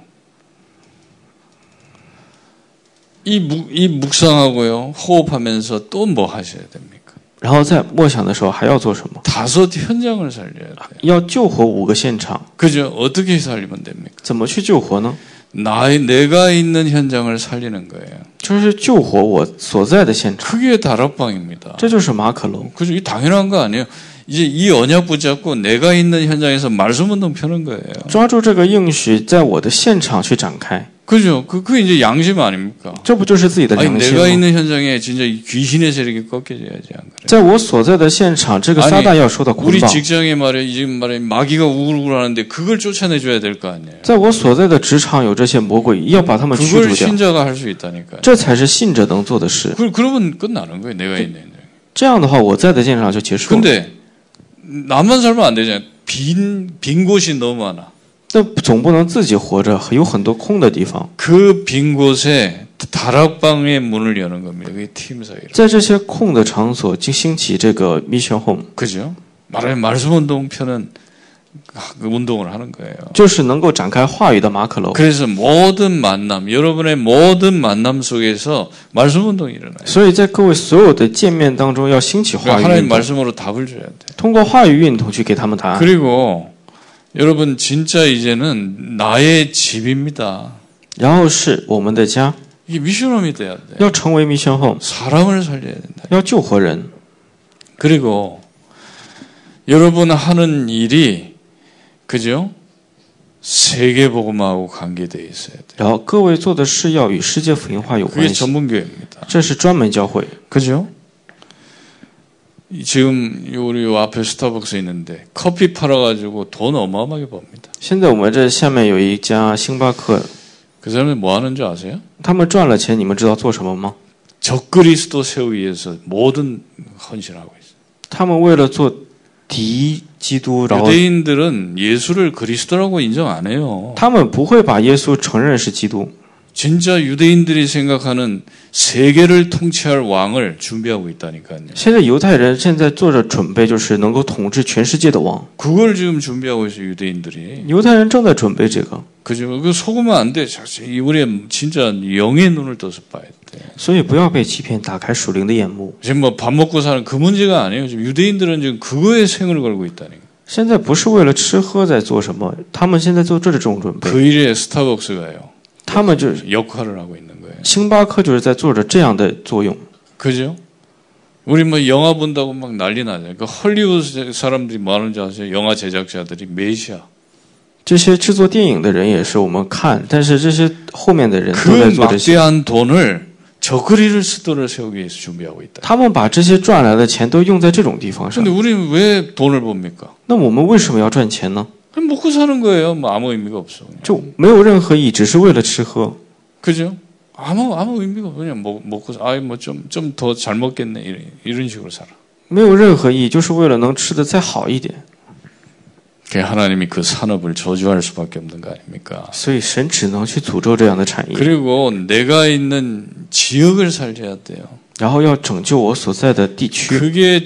B: 이, 묵, 이 묵상하고요 호흡하면서 또 뭐 하셔야 됩니까?
C: 然后在默想的时候还要做什么？
B: 다섯 현장을 살려야 돼요.
C: 要救活五个现场，
B: 그죠? 어떻게 살리면 됩니까?
C: 怎么去救活呢？
B: 나의 내가 있는 현장을 살리는 거예요.
C: 就是救活我所在的现场，
B: 그게 다락방입니다.
C: 这就是马可龙。
B: 그죠? 이 당연한 거 아니에요. 이제 이 언약 붙잡고 내가 있는 현장에서 말씀 운동 펴는 거예요.
C: 抓住这个应许，在我的现场去展开，
B: 그죠? 그, 그게 이제 양심 아닙니까?
C: 这不就是自己的
B: 아니,
C: 良心
B: 내가
C: 吗？
B: 있는 현장에 진짜 이 귀신의 세력이 꺾여져야지, 안 그래?
C: 在我所在的现场，这个
B: 아니
C: 撒旦要受到捆
B: 우리
C: 绑；
B: 직장에 말해, 지금 말해, 마귀가 우글우글 하는데 그걸 쫓아내줘야 될 거 아니에요?
C: 在我所在的职场有这些魔鬼，要把他们驱
B: 그걸
C: 逐掉。
B: 신자가 할 수 있다니까요.
C: 这才是信者能做的事。
B: 그, 그러면 끝나는 거예요, 내가 있는 현장.
C: 这样的话，我在的现场就结束了。
B: 근데, 나만 살면 안 되잖아요. 빈, 빈 곳이 너무 많아.
C: 那总不能自己活着，有很多空的地方。
B: 그 빈 곳에 다락방의 문을 여는 겁니다. 그게 팀 사이로.
C: 在这些空的场所，就兴起这个 mission home，
B: 그죠? 말하면 말씀 운동 펴는 그 운동을 하는 거예요.
C: 就是能够展开话语的马可楼。
B: 그래서 모든 만남, 여러분의 모든 만남 속에서 말씀 운동이 일어나요.
C: 所以在各位所有的见面当中，要兴起话
B: 그러니까
C: 语
B: 하나님
C: 运动，
B: 말씀으로 답을 줘야 돼.
C: 通过话语运动去给他们
B: 아.
C: 答案。
B: 그리고 여러분 진짜 이제는 나의 집입니다.
C: 然后是我们的家
B: 이게 미션홈이 돼야 돼.
C: 要成为 mission home，
B: 사람을 살려야 된다.
C: 要救活人。
B: 그리고 여러분 하는 일이 그죠? 세계 복음하고 관계되어 있어야 돼.
C: 然后各位做的事要与世界福音化有
B: 그게
C: 关系，
B: 전문 교회입니다.
C: 这是专门教会。
B: 그죠? 이- 지금 요 우리 요 앞에 스타벅스 있는데 커피 팔아가지고 돈 어마어마하게 법니다.
C: 现在我们这下面有一家星巴克，
B: 그 사람들 뭐 하는 줄 아세요?
C: 他们赚了钱，你们知道做什么吗？
B: 적그리스도 세우기 위해서 모든 헌신하고 있어요.
C: 他们为了做敌基督，然后
B: 유대인들은 예수를 그리스도라고 인정 안 해요.
C: 他们不会把耶稣承认是基督。
B: 진짜 유대인들이 생각하는 세계를 통치할 왕을 준비하고 있다니까요.
C: 现在犹太人现在做着准备，就是能够统治全世界的王。
B: 그걸 지금 준비하고 있어요, 유대인들이.
C: 犹太人正在准备这个，
B: 그죠? 그 속으면 안 돼. 사실 이 우리 진짜 영의 눈을 떠서 봐야 돼.
C: 所以不要被欺骗，打开属灵的眼目。
B: 지금 뭐 밥 먹고 사는 그 문제가 아니에요. 지금 유대인들은 지금 그거에 생을 걸고 있다니까.
C: 现在不是为了吃喝在做什么，他们现在做这种准备，
B: 그 일에 스타벅스가요.
C: 他们就是
B: 역할을 하고 있는 거예요.
C: 星巴克就是在做着这样的作用。
B: 그죠? 우리 뭐 영화 본다고 막 난리 나잖아요. 그 헐리우드 사람들이 뭐 하는지 아세요? 영화 제작자들이 메시아.
C: 这些制作电影的人也是我们看，但是这些后面的人
B: 그
C: 都在做这些，
B: 막대한 돈을 저그리를 스도를 세우기 위해서 준비하고 있다.
C: 他们把这些赚来的钱都用在这种地方上
B: 근데 。 우리는 왜 돈을 봅니까?
C: 那我们为什么要赚钱呢？
B: 그냥 먹고 사는 거예요. 뭐 아무 의미가 없어. 그냥.
C: 就没有任何意义，只是为了吃喝。
B: 그죠? 아무 아무 의미가 없어. 그냥 먹, 먹고 아이 뭐 좀 좀 더 잘 먹겠네 이런, 이런 식으로 살아.
C: 没有任何意义，就是为了能吃的再好一点。
B: 그 하나님이 그 산업을 저주할 수밖에 없는 거 아닙니까?
C: 所以神只能去诅咒这样的产业，
B: 그리고 내가 있는 지역을 살려야 돼요.
C: 然后要拯救我所在的地区，
B: 그게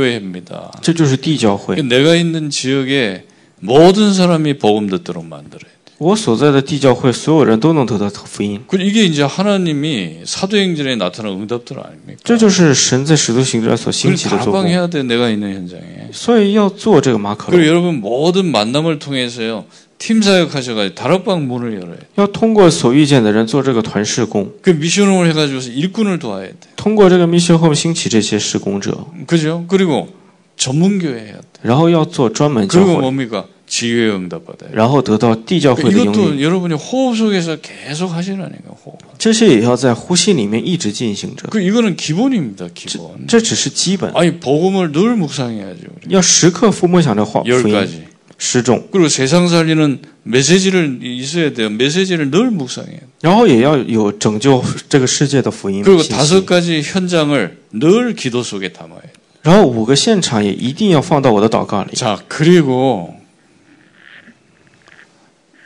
B: 지교회입니다.
C: 这就是地教会。
B: 내가 있는 지역에 모든 사람이 복음 듣도록 만들어요.
C: 我所在的地教会，所有人都能得到福音，
B: 그 이게 이제 하나님이 사도행전에 나타난 응답들 아닙니까?
C: 这就是神在使徒行者所兴
B: 그걸
C: 起的作用。
B: 다방해야 돼 내가 있는 현장에.
C: 所以要做这个马可龙
B: 그리고 ， 여러분 모든 만남을 통해서요 팀 사역하셔가지고 다락방 문을 열어요.
C: 要通过所遇见的人做这个团事工，
B: 그 미션홈을 해가지고서 일꾼을 도와야 돼.
C: 通过这个 mission home 兴起这些施工者，
B: 그죠? 그리고 전문교회 해야 돼.
C: 然后要做专门教
B: 그리고
C: 会，
B: 뭡니까? 지혜 응답 받아요.
C: 然后得到地教会的应允。
B: 이것도 여러분이 호흡 속에서 계속 하시라니까 호흡.
C: 这些也要在呼吸里面一直进行着，
B: 그 이거는 기본입니다 기본.
C: 这只是基本，
B: 아니 복음을 늘 묵상해야죠. 우리.
C: 要时刻抚摸想着话
B: 열
C: 福音
B: 가지.
C: 失重，
B: 그리고 세상 살리는 메시지를 있어야 돼요. 메시지를 늘 묵상해요.
C: 然后也要有拯救这个世界的福音
B: 그리고
C: 信息
B: 다섯 가지 현장을 늘 기도 속에 담아요.
C: 然后五个现场也一定要放到我的祷告里。
B: 자 그리고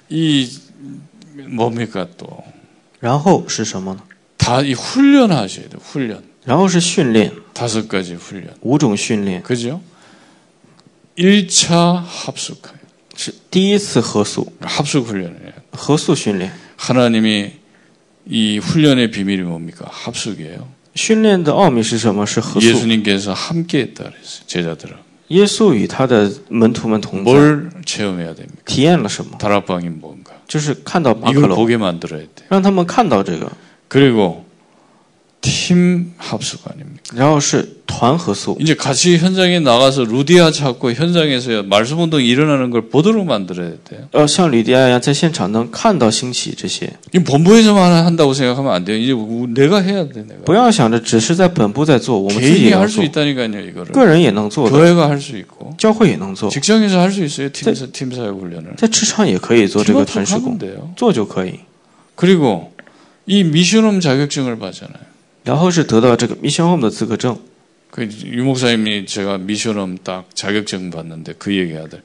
B: 이 뭡니까 또.
C: 然后是什么呢？
B: 다 이 훈련하셔야 돼요. 훈련.
C: 然后是训练，
B: 다섯 가지 훈련.
C: 五种训练
B: 그죠? 1차 합숙해요.
C: 是第一次合宿，
B: 합숙 훈련을 해요.
C: 合宿训练，
B: 하나님이 이 훈련의 비밀이 뭡니까? 합숙이에요.
C: 训练的奥秘是什么？是合宿。
B: 그 예수님께서 함께 했다 그랬어요. 제자들은.
C: 耶稣与他的门徒们同在，
B: 뭘 체험해야 됩니까?
C: 体验了什么？
B: 다락방이 뭔가.
C: 就是看到马可
B: 이걸
C: 楼，
B: 보게 만들어야 돼.
C: 让他们看到这个。
B: 그리고 팀 합숙 아닙니까?
C: 然后是团合宿，
B: 이제 같이 현장에 나가서 루디아 찾고 현장에서 말씀운동이 일어나는 걸 보도록 만들어야 돼요.
C: 要呃像吕迪亚一样在现场能看到兴起这些。
B: 이 본부에서만 한다고 생각하면 안 돼요. 이제 우- 내가 해야 돼, 내가.
C: 不要想着只是在本部在做，我们自己
B: 개인이
C: 也要
B: 할 수
C: 做，
B: 있다니까요, 이거를.
C: 个人也能做的，
B: 교회가 할 수 있고,
C: 教会也能做，
B: 직장에서 할 수 있어요, 팀, 사- 팀 사역 훈련을.
C: 在职场也可以做这个
B: 팀워크
C: 团事工
B: 하면 ， 돼요.
C: 做就可以。
B: 그리고 이 미션홈 자격증을 받잖아요.
C: 然后是得到这个 mission home 的资格证。
B: 그 유목사님이 제가 미션홈 딱 자격증 받는데 그 얘기하들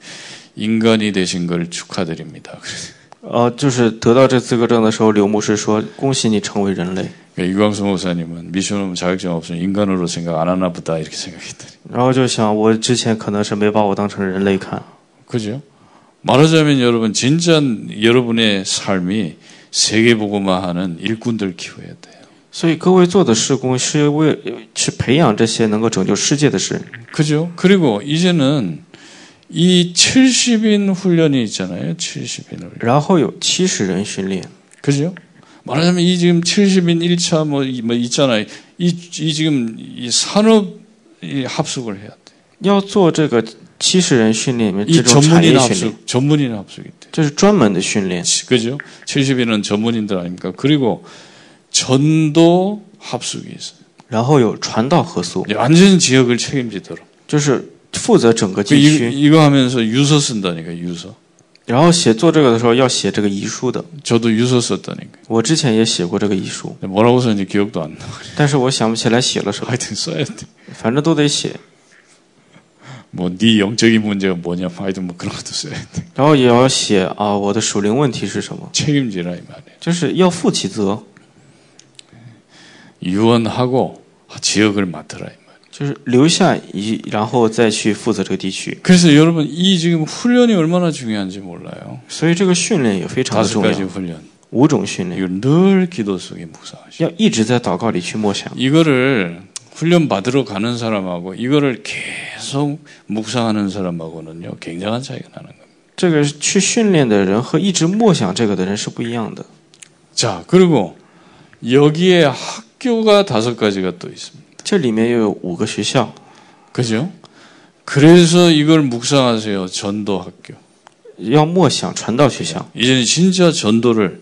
B: 인간이 되신 걸 축하드립니다.
C: 呃，就是得到这资格证的时候，刘牧师说：“恭喜你成为人类。
B: 그러니까 유광수 목사님은 미션홈 자격증 없으면 인간으로 생각 안 하나 보다 이렇게 생각했더니 ”
C: 然后就想，我之前可能是没把我当成人类看。
B: 그죠? 말하자면 여러분 진짜 여러분의 삶이 세계보고마하는 일꾼들 키워야 돼요.
C: 所以各位做的事工是为去培养这些能够拯救世界的事。
B: 그죠? 그리고 이제는 이 70인 훈련이 있잖아요. 70인 훈련.
C: 然后有七十人训练，
B: 그죠? 말하자면 이 지금 70인 1차 뭐, 이- 뭐 있잖아요. 이, 이 지금 이 산업 이 합숙을 해야 돼.
C: 要做这个七十人训练里面
B: 이 예.
C: 这种产
B: 전문인
C: 业训练，
B: 합숙, 전문인 합숙이 돼.
C: 这是专门的训练。
B: 그죠? 70인은 전문인들 아닙니까? 그리고 전도 합숙이 있어요.
C: 然后有传道合宿，
B: 완전 지역을 책임지도록.
C: 就是负责整个
B: 그
C: 地区。
B: 이, 거 하면서 유서 쓴다니까 유서.
C: 然后写做这个的时候要写这个遗书的，
B: 저도 유서 썼다니까.
C: 我之前也写过这个遗书，
B: 근데 뭐라고 썼는지 기억도 안 나.
C: 但是我想不起来写了什么，
B: 하여튼 써야 돼.
C: 反正都得写。
B: 뭐 네 영적인 문제가 뭐냐. 하여튼 뭐 그런 것도 써야 돼.
C: 然后也要写啊，我的属灵问题是什么？
B: 책임지라 이 말이에요.
C: 就是要负起责，
B: 유언하고 지역을 맡으라 이 말이에요.
C: 就是留下遗，然后再去负责这个地区。
B: 그래서 여러분 이 지금 훈련이 얼마나 중요한지 몰라요.
C: 所以这个训练啊也非常的
B: 다섯
C: 重
B: 가지
C: 要，
B: 훈련.
C: 五种训练
B: 이걸 늘 기도 속에 묵상하시오.
C: 要一直在祷告里去默想。
B: 이거를 훈련 받으러 가는 사람하고 이거를 계속 묵상하는 사람하고는요 굉장한 차이가 나는 거예요.
C: 这个去训练的人和一直默想这个的人是不一样的。
B: 자 그리고 여기에 학교가 다섯 가지가 또 있습니다.
C: 这里面又有五个学校，
B: 그죠? 그래서 이걸 묵상하세요. 전도 학교.
C: 要默想传道学校，
B: 이제는 진짜 전도를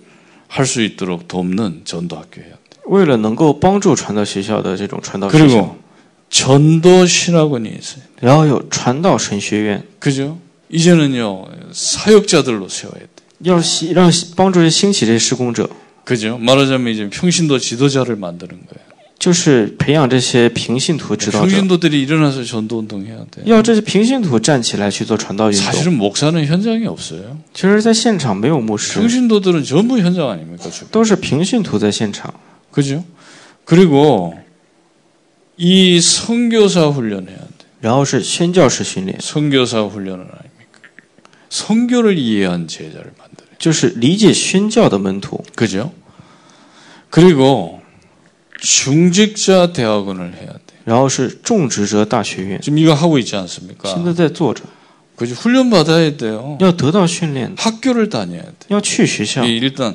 B: 할 수 있도록 돕는 전도 학교예요.
C: 为了能够帮助传道学校的这种传道学校，
B: 그리고 전도 신학원이 있어요.
C: 然后有传道神学院，
B: 그죠? 이제는요 사역자들로 세워야 돼.
C: 要吸让帮助兴起这些施工者，
B: 그죠? 말하자면 이제 평신도 지도자를 만드는 거예요.
C: 就是培养这些平信徒指导者。
B: 평신도들이 일어나서 전도 운동해야 돼.
C: 要这些平信徒站起来去做传道运动。
B: 사실은 목사는 현장이 없어요.
C: 其实，在现场没有牧师，
B: 평신도들은 전부 현장 아닙니까? 지금?
C: 都是平信徒在现场。
B: 그죠? 그리고 이 선교사 훈련해야 돼.
C: 然后是宣教士训练，
B: 선교사 훈련은 아닙니까? 선교를 이해한 제자를 만들어요.
C: 就是理解宣教的门徒。
B: 그죠? 그리고 중직자 대학원을 해야 돼.
C: 然后是种植者大学院，
B: 지금 이거 하고 있지 않습니까?
C: 现在在做着。
B: 그지 훈련 받아야 돼요.
C: 要得到训练，
B: 학교를 다녀야 돼.
C: 要去学校
B: 이 。 일단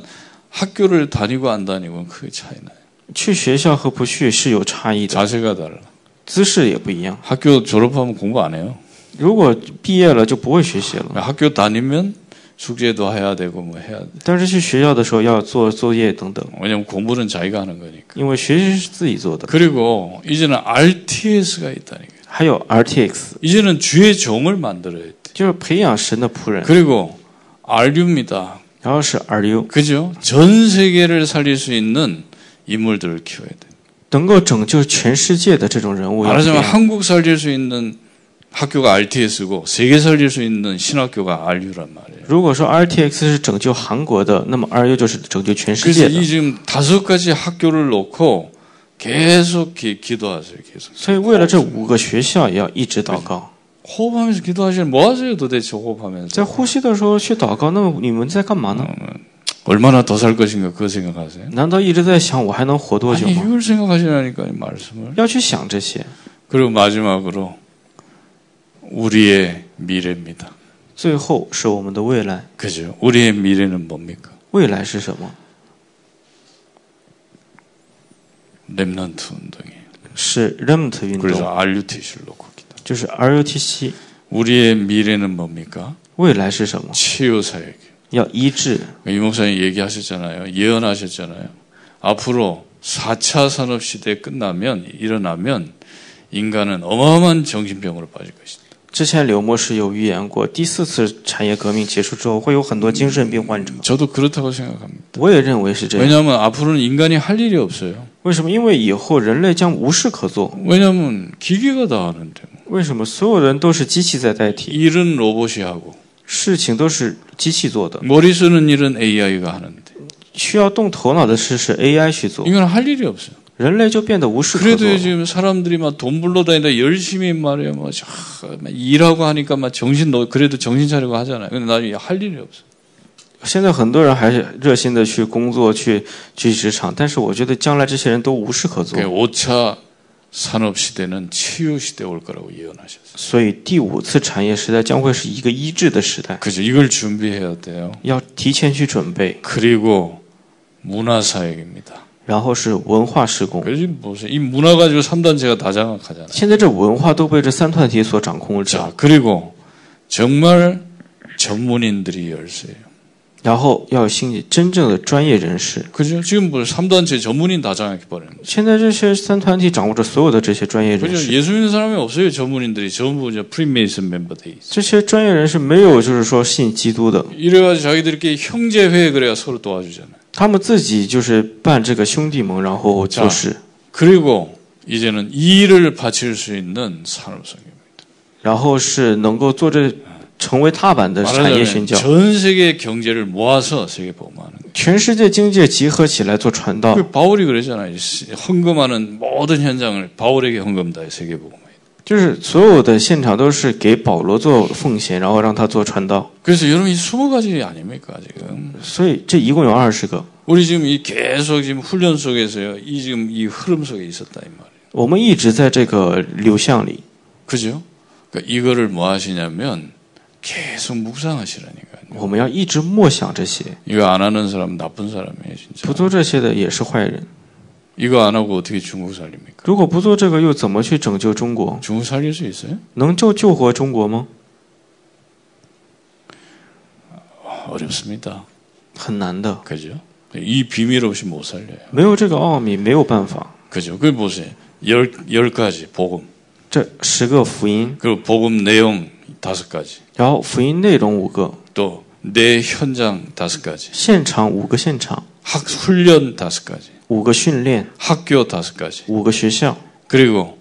B: 학교를 다니고 안 다니고는 크게 차이 나요.
C: 去学校和不去是有差异的，
B: 자세가 달라.
C: 姿势也不一样。
B: 학교 졸업하면 공부 안 해요.
C: 如果毕业了就不会学习了，
B: 학교 다니면 숙제도 해야 되고 뭐 해야 돼.
C: 但是去学校的时候要做作业等等，
B: 왜냐면 공부는 자기가 하는 거니까.
C: 因为学习是自己做的。
B: 그리고 이제는 RTS가 있다니까.
C: 还有 RTX，
B: 이제는 주의 종을 만들어야 돼.
C: 就是培养神的仆人，
B: 그리고 RU입니다.
C: 然后是 RU，
B: 그죠? 전 세계를 살릴 수 있는 인물들을 키워야 돼.
C: 能够拯救全世界的这种人物要培
B: 말하자면
C: 养。
B: 한국 살릴 수 있는 학교가 RTS고 세계 살릴 수 있는 신학교가 RU란 말이에요.
C: 如果说 RTX 是拯救韩国的，那么 RU 就是拯救全世
B: 그래서
C: 界
B: 이
C: 的。
B: 지금 다섯 가지 학교를 놓고 계속 기, 기도하세요. 계속.
C: 所以为了这五个学校也要一直祷告，
B: 호흡하면서 기도하시면 뭐 하세요? 도대체 호흡하면서.
C: 在呼吸的时候去祷告。那么你们在干嘛呢？
B: 얼마나 더 살 것인가 그거 생각하세요?
C: 难道一直在想我还能活多久
B: 아니
C: 吗？
B: 이걸 생각하시라니까 이 말씀을.
C: 要去想这些。
B: 그리고 마지막으로 우리의 미래입니다.
C: 最后是我们的未来，
B: 그죠? 우리의 미래는 뭡니까?
C: 未来是什么？
B: 렘넌트 운동이에요.
C: 是 REMT 运
B: 그래서
C: 动，
B: RUTC를 놓고 기도.
C: 就是 RUTC。
B: 우리의 미래는 뭡니까?
C: 未来是什么？
B: 치유 사역.
C: 要医治。
B: 이 목사님 얘기하셨잖아요. 예언하셨잖아요. 앞으로 4차 산업 시대 끝나면 일어나면 인간은 어마어마한 정신병으로 빠질 것이다.
C: 之前柳牧师有预言过，第四次产业革命结束之后，会有很多精神病患者。
B: 저도 그렇다고 생각합니다.
C: 我也认为是这样。
B: 왜냐하면 앞으로는 인간이 할 일이 없어요.
C: 为什么？因为以后人类将无事可做。
B: 왜냐하면 기계가 다 하는데
C: 为什么？所有人都是机器在代替，
B: 일은 로봇이 하고
C: 事情都是机器做的，
B: 머리 쓰는 일은 AI가 하는데
C: 需要动头脑的事是 AI 去做，
B: 이건 할 일이 없어요.
C: 人类就变得无事可做
B: 그래도
C: 了。
B: 지금 사람들이 막 돈 불러다니다 열심히 말이야 뭐 하, 막 일하고 하니까 막 정신 너 그래도 정신 차리고 하잖아요. 근데 나중에 할 일이 없어.
C: 现在很多人还是热心的去工作，去去职场，但是我觉得将来这些人都无事可做
B: 그 ， 5차 산업 시대는 치유 시대 올 거라고 예언하셨어요.
C: 所以第五次产业时代将会是一个医治的时代，
B: 그죠? 이걸 준비해야 돼요.
C: 要提前去准备。
B: 그리고 문화 사역입니다.
C: 然后是文化施工，
B: 그지 무슨 이 문화 가지고 3단체가 다 장악하잖아요.
C: 现在这文化都被这三团体所掌控着，
B: 자, 그리고 정말 전문인들이 열쇠예요.
C: 然后要兴起真正的专业人士。
B: 그죠? 지금 뭐 3단체 전문인 다 장악해 버려요.
C: 现在这些三团体掌握着所有的这些专业人
B: 그죠?
C: 士，
B: 그렇죠. 예수 믿는 사람이 없어요. 전문인들이 전부 이제 프리메이슨 멤버들이.
C: 这些专业人士没有就是说信基督的，
B: 이래가지고 자기들끼리 형제회의 그래야 서로 도와주잖아요.
C: 他们自己就是办这个兄弟盟，然后
B: 啊
C: 就是，
B: 그리고 이제는 일을 바칠 수 있는 산업성입니다.
C: 然后是能够做这成为踏板的产业宣
B: 네, 말하자면
C: 教，
B: 전 세계 경제를 모아서 세계 보험하는 거예요.
C: 全世界经济集合起来做传道，
B: 그 바울이 그러잖아요. 헌금하는 모든 현장을 바울에게 헌금다 세계 보험.
C: 就是所有的现场都是给保罗做奉献，然后让他做传道，
B: 그래서 여러분이 20가지 아닙니까 지금?
C: 所以这一共有二十个。
B: 우리 지금 이 계속 지금 훈련 속에서요. 이 지금 이 흐름 속에 있었다 이 말이에요.
C: 我们一直在这个流向里，
B: 그죠? 그러니까 이거를 뭐 하시냐면 계속 묵상하시라니까요.
C: 我们要一直默想这些，
B: 이거 안 하는 사람 나쁜 사람이에요,
C: 不
B: 진짜.
C: 做这些的也是坏人。
B: 이거 안 하고 어떻게 중국 살립니까?
C: 如果不做这个，又怎么去拯救中国？
B: 중국 살릴 수 있어요?
C: 能救救活中国吗？
B: 어렵습니다.
C: 很难的，
B: 그죠? 이 비밀 없이 못 살려요.
C: 没有这个奥秘，没有办法。
B: 그죠? 그 보세요. 열, 열 가지 복음.
C: 这十个福音，
B: 그리고 복음 내용 다섯 가지.
C: 然后福音内容五个，
B: 또 내 현장 다섯 가지.
C: 现场五个现场，
B: 학 훈련 다섯 가지.
C: 五个训练，
B: 학교 다섯 가지.
C: 五个学校，
B: 그리고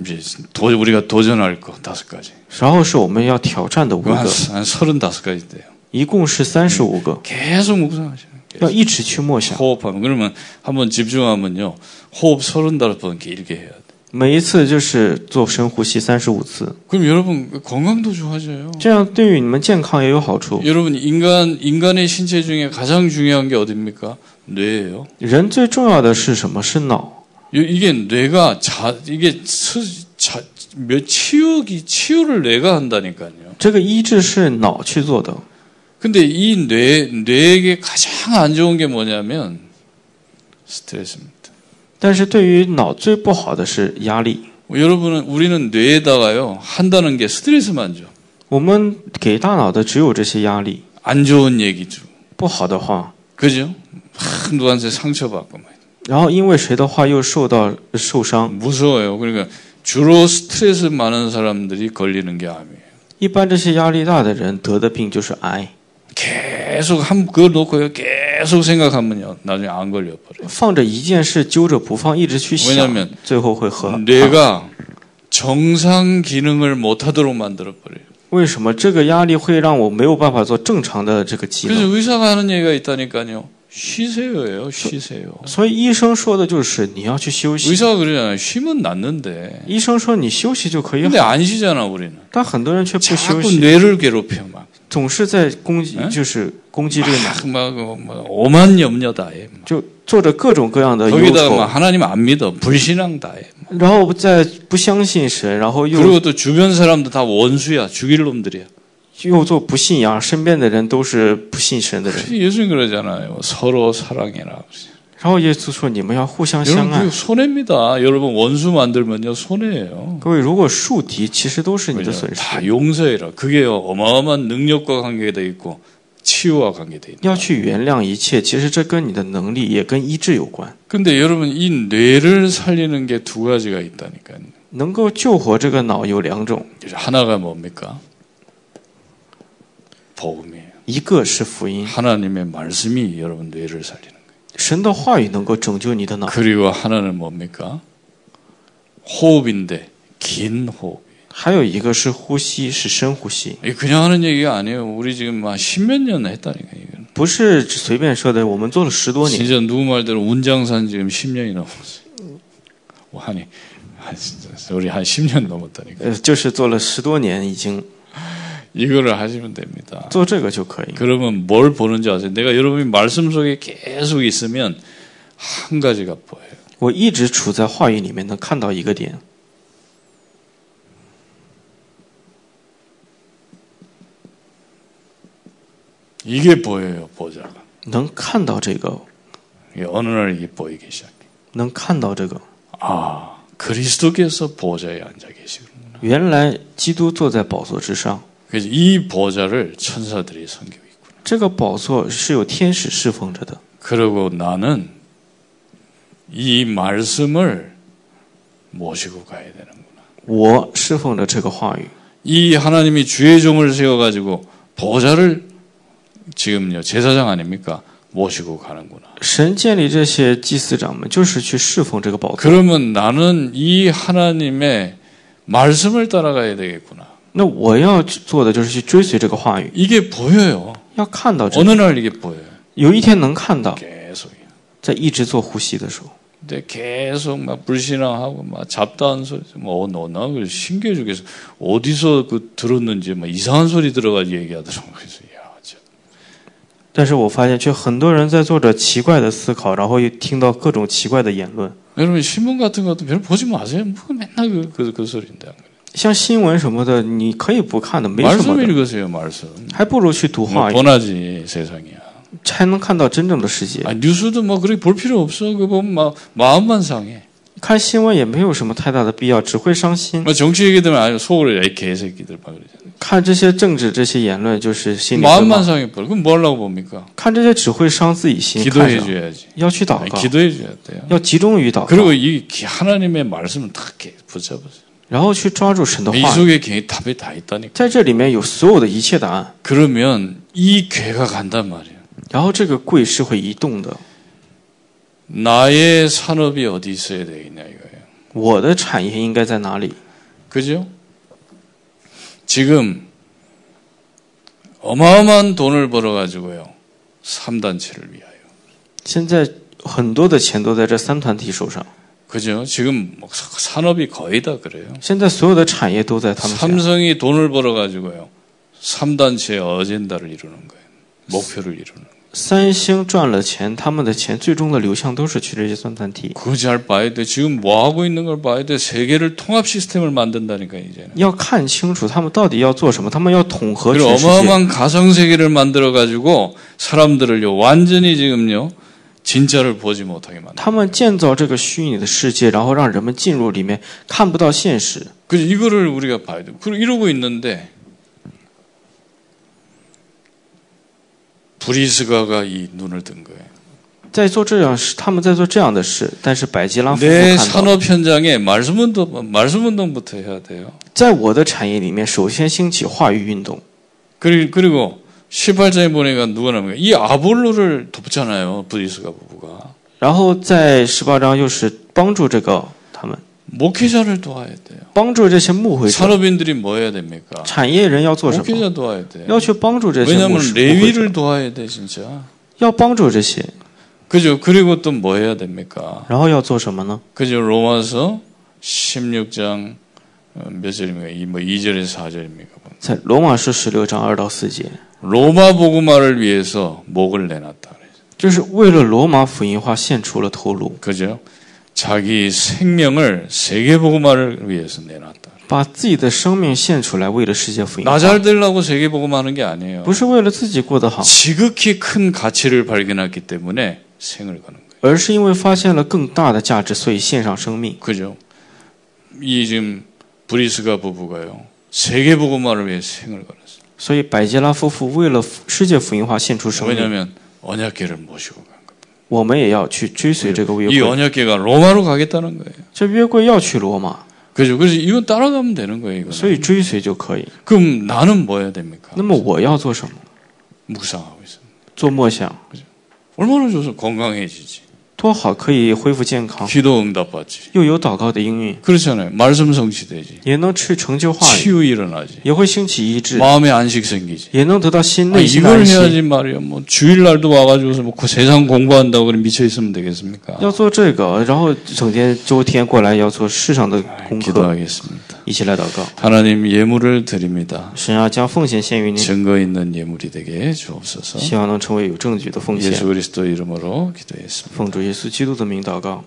B: 이제 도, 우리가 도전할 거 다섯 가지.
C: 然后是我们要挑战的五
B: 그거 한,
C: 个，
B: 한 서른다섯 가지 돼요.
C: 一共是三十五个，
B: 계속 묵상하시는
C: 要一直去默想。
B: 호흡하면 그러면 한번 집중하면요. 호흡 서른다섯 번 길게 해야 돼.
C: 每一次就是做深呼吸三十五次，
B: 그럼 여러분 건강도 좋아져요.
C: 这样对于你们健康也有好处。
B: 여러분 인간 인간의 신체 중에 가장 중요한 게 어딥니까? 뇌예요.
C: 人最重要的是什么？是脑。
B: 이- 이게 뇌가 자 이게 스- 자, 몇 치유기 치유를 뇌가 한다니까요.
C: 这个医治是脑去做的，
B: 근데 이 뇌 뇌에게 가장 안 좋은 게 뭐냐면 스트레스입니다.
C: 但是对于脑最不好的是压力。
B: 뭐 여러분은 우리는 뇌에다가요 한다는 게 스트레스만 줘.
C: 我们给大脑的只有这些压力，
B: 안 좋은 얘기 죠
C: 不好的话，
B: 그죠? 막 누구한테 상처받고 막.
C: 然后因为谁的话又受到受伤。
B: 무서워요. 그러니까 주로 스트레스 많은 사람들이 걸리는 게 암이에요.
C: 一般这些压力大的人得的病就是癌，
B: 계속 한 그걸 놓고요. 계속 생각하면요. 나중에 안 걸려 버려요.
C: 放着一件事揪着不放，一直去
B: 왜냐면
C: 想，最后会和
B: 뇌가 정상 기능을 못 하도록 만들어 버려요.
C: 为什么这个压力会让我没有办法做正常的这个机
B: 그래서
C: 能？
B: 의사가 하는 얘기가 있다니까요. 쉬세요예요. 쉬세요.
C: 所以医生说的就是你要去休息。
B: 의사가 그러잖아요. 쉬면 낫는데.
C: 医生说你休息就可以
B: 근데
C: 好，
B: 안 쉬잖아, 우리는.
C: 但很多人却不嗯休
B: 자꾸
C: 息，
B: 뇌를 괴롭혀 막.
C: 总是在攻击，就是攻击这个脑，
B: 막, 막, 어, 막 오만 염려다 해.
C: 就做着各种各样的忧
B: 거기다가 막
C: 愁，
B: 하나님 안 믿어. 불신앙 다 해.
C: 然后再不相信神，然后
B: 그리고
C: 又
B: 또 주변 사람도 다 원수야. 죽일 놈들이야.
C: 又做不信仰，身边的人都是不信神的人。
B: 그래서 예수님 그러잖아요. 서로 사랑해라.
C: 然后耶稣说你们要互相相
B: 여러분
C: 爱
B: 그 。 손해입니다. 여러분 원수 만들면요 손해예요.
C: 各位，如果树敌，其实都是你的
B: 그죠?
C: 损失。
B: 다 용서해라. 그게요 어마어마한 능력과 관계돼 있고 치유와 관계돼 있는.
C: 要去原谅一切，其实这跟你的能力也跟医治有关。
B: 근데 여러분 이 뇌를 살리는 게 두 가지가 있다니까요.
C: 能够救活这个脑有两种，
B: 하나가 뭡니까? 복음이에요.
C: 一个是福音，
B: 하나님의 말씀이 여러분 뇌를 살리는. 거예요.
C: 神的话语能够拯救你的脑；
B: 그리고 하나는 뭡니까? 호흡인데 긴 호흡.
C: 还有一个是呼吸，是深呼吸，
B: 이게 그냥 하는 얘기가 아니에요. 우리 지금 막 십몇 년 했다니까 이거.
C: 不是随便说的。我们做了十多年，
B: 진짜 누구 말대로 운장산 지금 10년이 넘었어요. 뭐 아니, 아, 진짜 우리 한 10년 넘었다니까.
C: 呃，就是做了十多年，已经
B: 이거를 하시면 됩니다.
C: 做这个就可以。
B: 그러면 뭘 보는지 아세요? 내가 여러분이 말씀 속에 계속 있으면 한 가지가 보여요.
C: 我一直处在话语里面，能看到一个点，
B: 이게 보여요, 보자가.
C: 能看到这个，
B: 이게 어느 날 이게 보이기 시작해.
C: 能看到这个。
B: 아, 그리스도께서 보좌에 앉아 계시구나.
C: 原来基督坐在宝座之上，
B: 그래서 이 보좌를 천사들이 섬기고 있고.
C: 这个宝座是有天使侍奉着的。
B: 그리고 나는 이 말씀을 모시고 가야 되는 거예요.
C: 我侍奉着这个话语，
B: 이 하나님이 주의 종을 세워가지고 보좌를 지금요 제사장 아닙니까 모시고 가는구나.
C: 神建立这些祭司长们，就是去侍奉这个宝座。
B: 그러면 나는 이 하나님의 말씀을 따라가야 되겠구나.
C: 那我要去做的就是去追随这个话语，
B: 이게 보여요.
C: 要看到这
B: 어느 날 이게 보여요.
C: 有一天能看到，
B: 계속.
C: 在一直做呼吸的时候，
B: 근데 계속 막 불신앙하고 막 잡다한 소리, 뭐너나 그 신기해 죽겠어. 어디서 그 들었는지 막 이상한 소리 들어가지 얘기하더라고. 그래서 야, 참.
C: 但是我发现却很多人在做着奇怪的思考，然后又听到各种奇怪的言论，
B: 여러분 신문 같은 것도 별로 보지 마세요. 뭐 맨날 그 그, 그 소리인데.
C: 像新闻什么的，你可以不看的，没什么
B: 말씀
C: 的，
B: 읽으세요, 말씀.
C: 还不如去读
B: 뭐
C: 话语，
B: 뻔하지 세상이야.
C: 才能看到真正的世界。
B: 아, 뉴스도 뭐 그렇게 볼 필요 없어. 그거 보면 막 마음만 상해.
C: 看新闻也没有什么太大的必要，只会伤心。
B: 뭐 정치 얘기 들으면 아유 속으로 애 개새끼들 막 그러잖아.
C: 看这些政治这些言论，就是心里会
B: 마음만
C: 骂
B: 상해 버려. 그럼 뭐 하려고 봅니까?
C: 看这些只会伤自己心。看
B: 기도해
C: 着
B: 줘야지.
C: 要去祷告，
B: 기도해 줘야 돼요.
C: 要集中于祷
B: 아,
C: 告，
B: 그리고 이 기- 하나님의 말씀을 탁 이렇게 붙잡으세요.
C: 然后去抓住神的
B: 이
C: 话语。
B: 속에 괜히 답이 다 있다니까.
C: 在这里面有所有的一切答案，
B: 그러면 이 괴가 간단 말이에요.
C: 然后这个柜是会移动的。
B: 나의 산업이 어디 있어야 되겠냐 이거예요.
C: 我的产业应该在哪里？
B: 그죠? 지금 어마어마한 돈을 벌어가지고요. 3단체를 위하여.
C: 现在很多的钱都在这三团体手上，
B: 그죠? 지금 뭐 사- 산업이 거의 다 그래요.
C: 现在所有的产业都在他们手上。
B: 삼성이 돈을 벌어가지고요. 3단체의 어젠다를 이루는 거예요. 목표를 이루는 거예요.
C: 三星赚了钱，他们的钱最终的流向都是去这些钻探体。
B: 그거 잘 봐야 돼. 지금 뭐 하고 있는 걸 봐야 돼. 세계를 통합 시스템을 만든다니까 이제는.
C: 要看清楚他们到底要做什么，他们要统合
B: 그렇죠, 그리고
C: 全世界。
B: 어마어마한 가상 세계를 만들어 가지고 사람들을요 완전히 지금요 진짜를 보지 못하게 만든.
C: 他们建造这个虚拟的世界，然后让人们进入里面，看不到现实。
B: 그 이거를 우리가 봐야 돼. 그리고 이러고 있는데 브리스가가 이 눈을 뜬 거예요.
C: 在做这样事，他们在做这样的事，但是百吉拉夫妇
B: 내
C: 看到了，
B: 산업 현장에 말씀 운동 말씀 운동부터 해야 돼요.
C: 在我的产业里面，首先兴起话语运动。
B: 그리고 그리고 18장에 보니까 누가 나옵니까? 이 아볼로를 돕잖아요. 브리스가 부부가
C: 然后在十八章又是帮助这个他们，
B: 목회자를 도와야 돼요.
C: 帮助这些牧会者，
B: 산업인들이 뭐 해야 됩니까?
C: 产业人要做什么？
B: 목회자 도와야 돼.
C: 要去帮助这些牧
B: 왜냐하면
C: 师牧会者，
B: 레위를 도와야 돼 진짜.
C: 要帮助这些，
B: 그죠? 그리고 또 뭐 해야 됩니까?
C: 然后要做什么呢？
B: 그죠? 로마서 16장 어, 몇 절입니까? 이뭐 2절에서 4절입니까? 뭐.
C: 在罗马书十六章二到四节，
B: 로마 복음화를 위해서 목을 내놨다. 그래요.
C: 就是为了罗马福音化献出了头颅，
B: 그죠? 자기 생명을 세계 복음화를 위해서 내놨다.
C: 把自己的生命献出来，为了世界福音化
B: 나 잘 되려고 세계 복음화하는 게 아니에요.
C: 不是为了自己过得好，
B: 지극히 큰 가치를 발견했기 때문에 생을 거는 거예요.
C: 而是因为发现了更大的价值，所以献上生命。
B: 그죠? 이 지금 브리스가 부부가요. 세계 복음화를 위해 생을 걸었어요.
C: 所以百吉拉夫妇为了世界福音化献出生命，
B: 왜냐하면 언약계를 모시고 간 거예요.
C: 我们也要去追随这个
B: 이
C: 约柜。
B: 언약계가 로마로 가겠다는 거예요.
C: 这约柜要去罗马，
B: 그죠? 그래서 이건 따라가면 되는 거예요. 이거는.
C: 所以追随就可以。
B: 그럼 나는 뭐 해야 됩니까?
C: 那么我要做什么？
B: 묵상하고 있어요.
C: 做默想，
B: 얼마나 좋아서 건강해지지.
C: 多好，可以恢复健康，
B: 기도 응답받지.
C: 又有祷告的应运，
B: 그렇잖아요. 말씀 성취되지.
C: 也能去成就话语，
B: 치유 일어나지.
C: 也会兴起医治，
B: 마음의 안식 생기지.
C: 也能得到心
B: 아,
C: 内心的
B: 이걸
C: 安息。
B: 해야지 말이야. 뭐 주일날도 와가지고서 뭐그 세상 공부한다고 그래 미쳐 있으면 되겠습니까?
C: 要做这个，然后整天周天过来要做世上的
B: 아,
C: 功课，
B: 기도하겠습니다.
C: 一起来祷告。
B: 하나님 예물을 드립니다.
C: 神要将奉献献于您，
B: 증거 있는 예물이 되게 주옵소서.
C: 希望能成为有证据的奉献
B: 예수 。 그리스도 이름으로 기도했습니다.
C: 奉主耶稣基督的名祷告，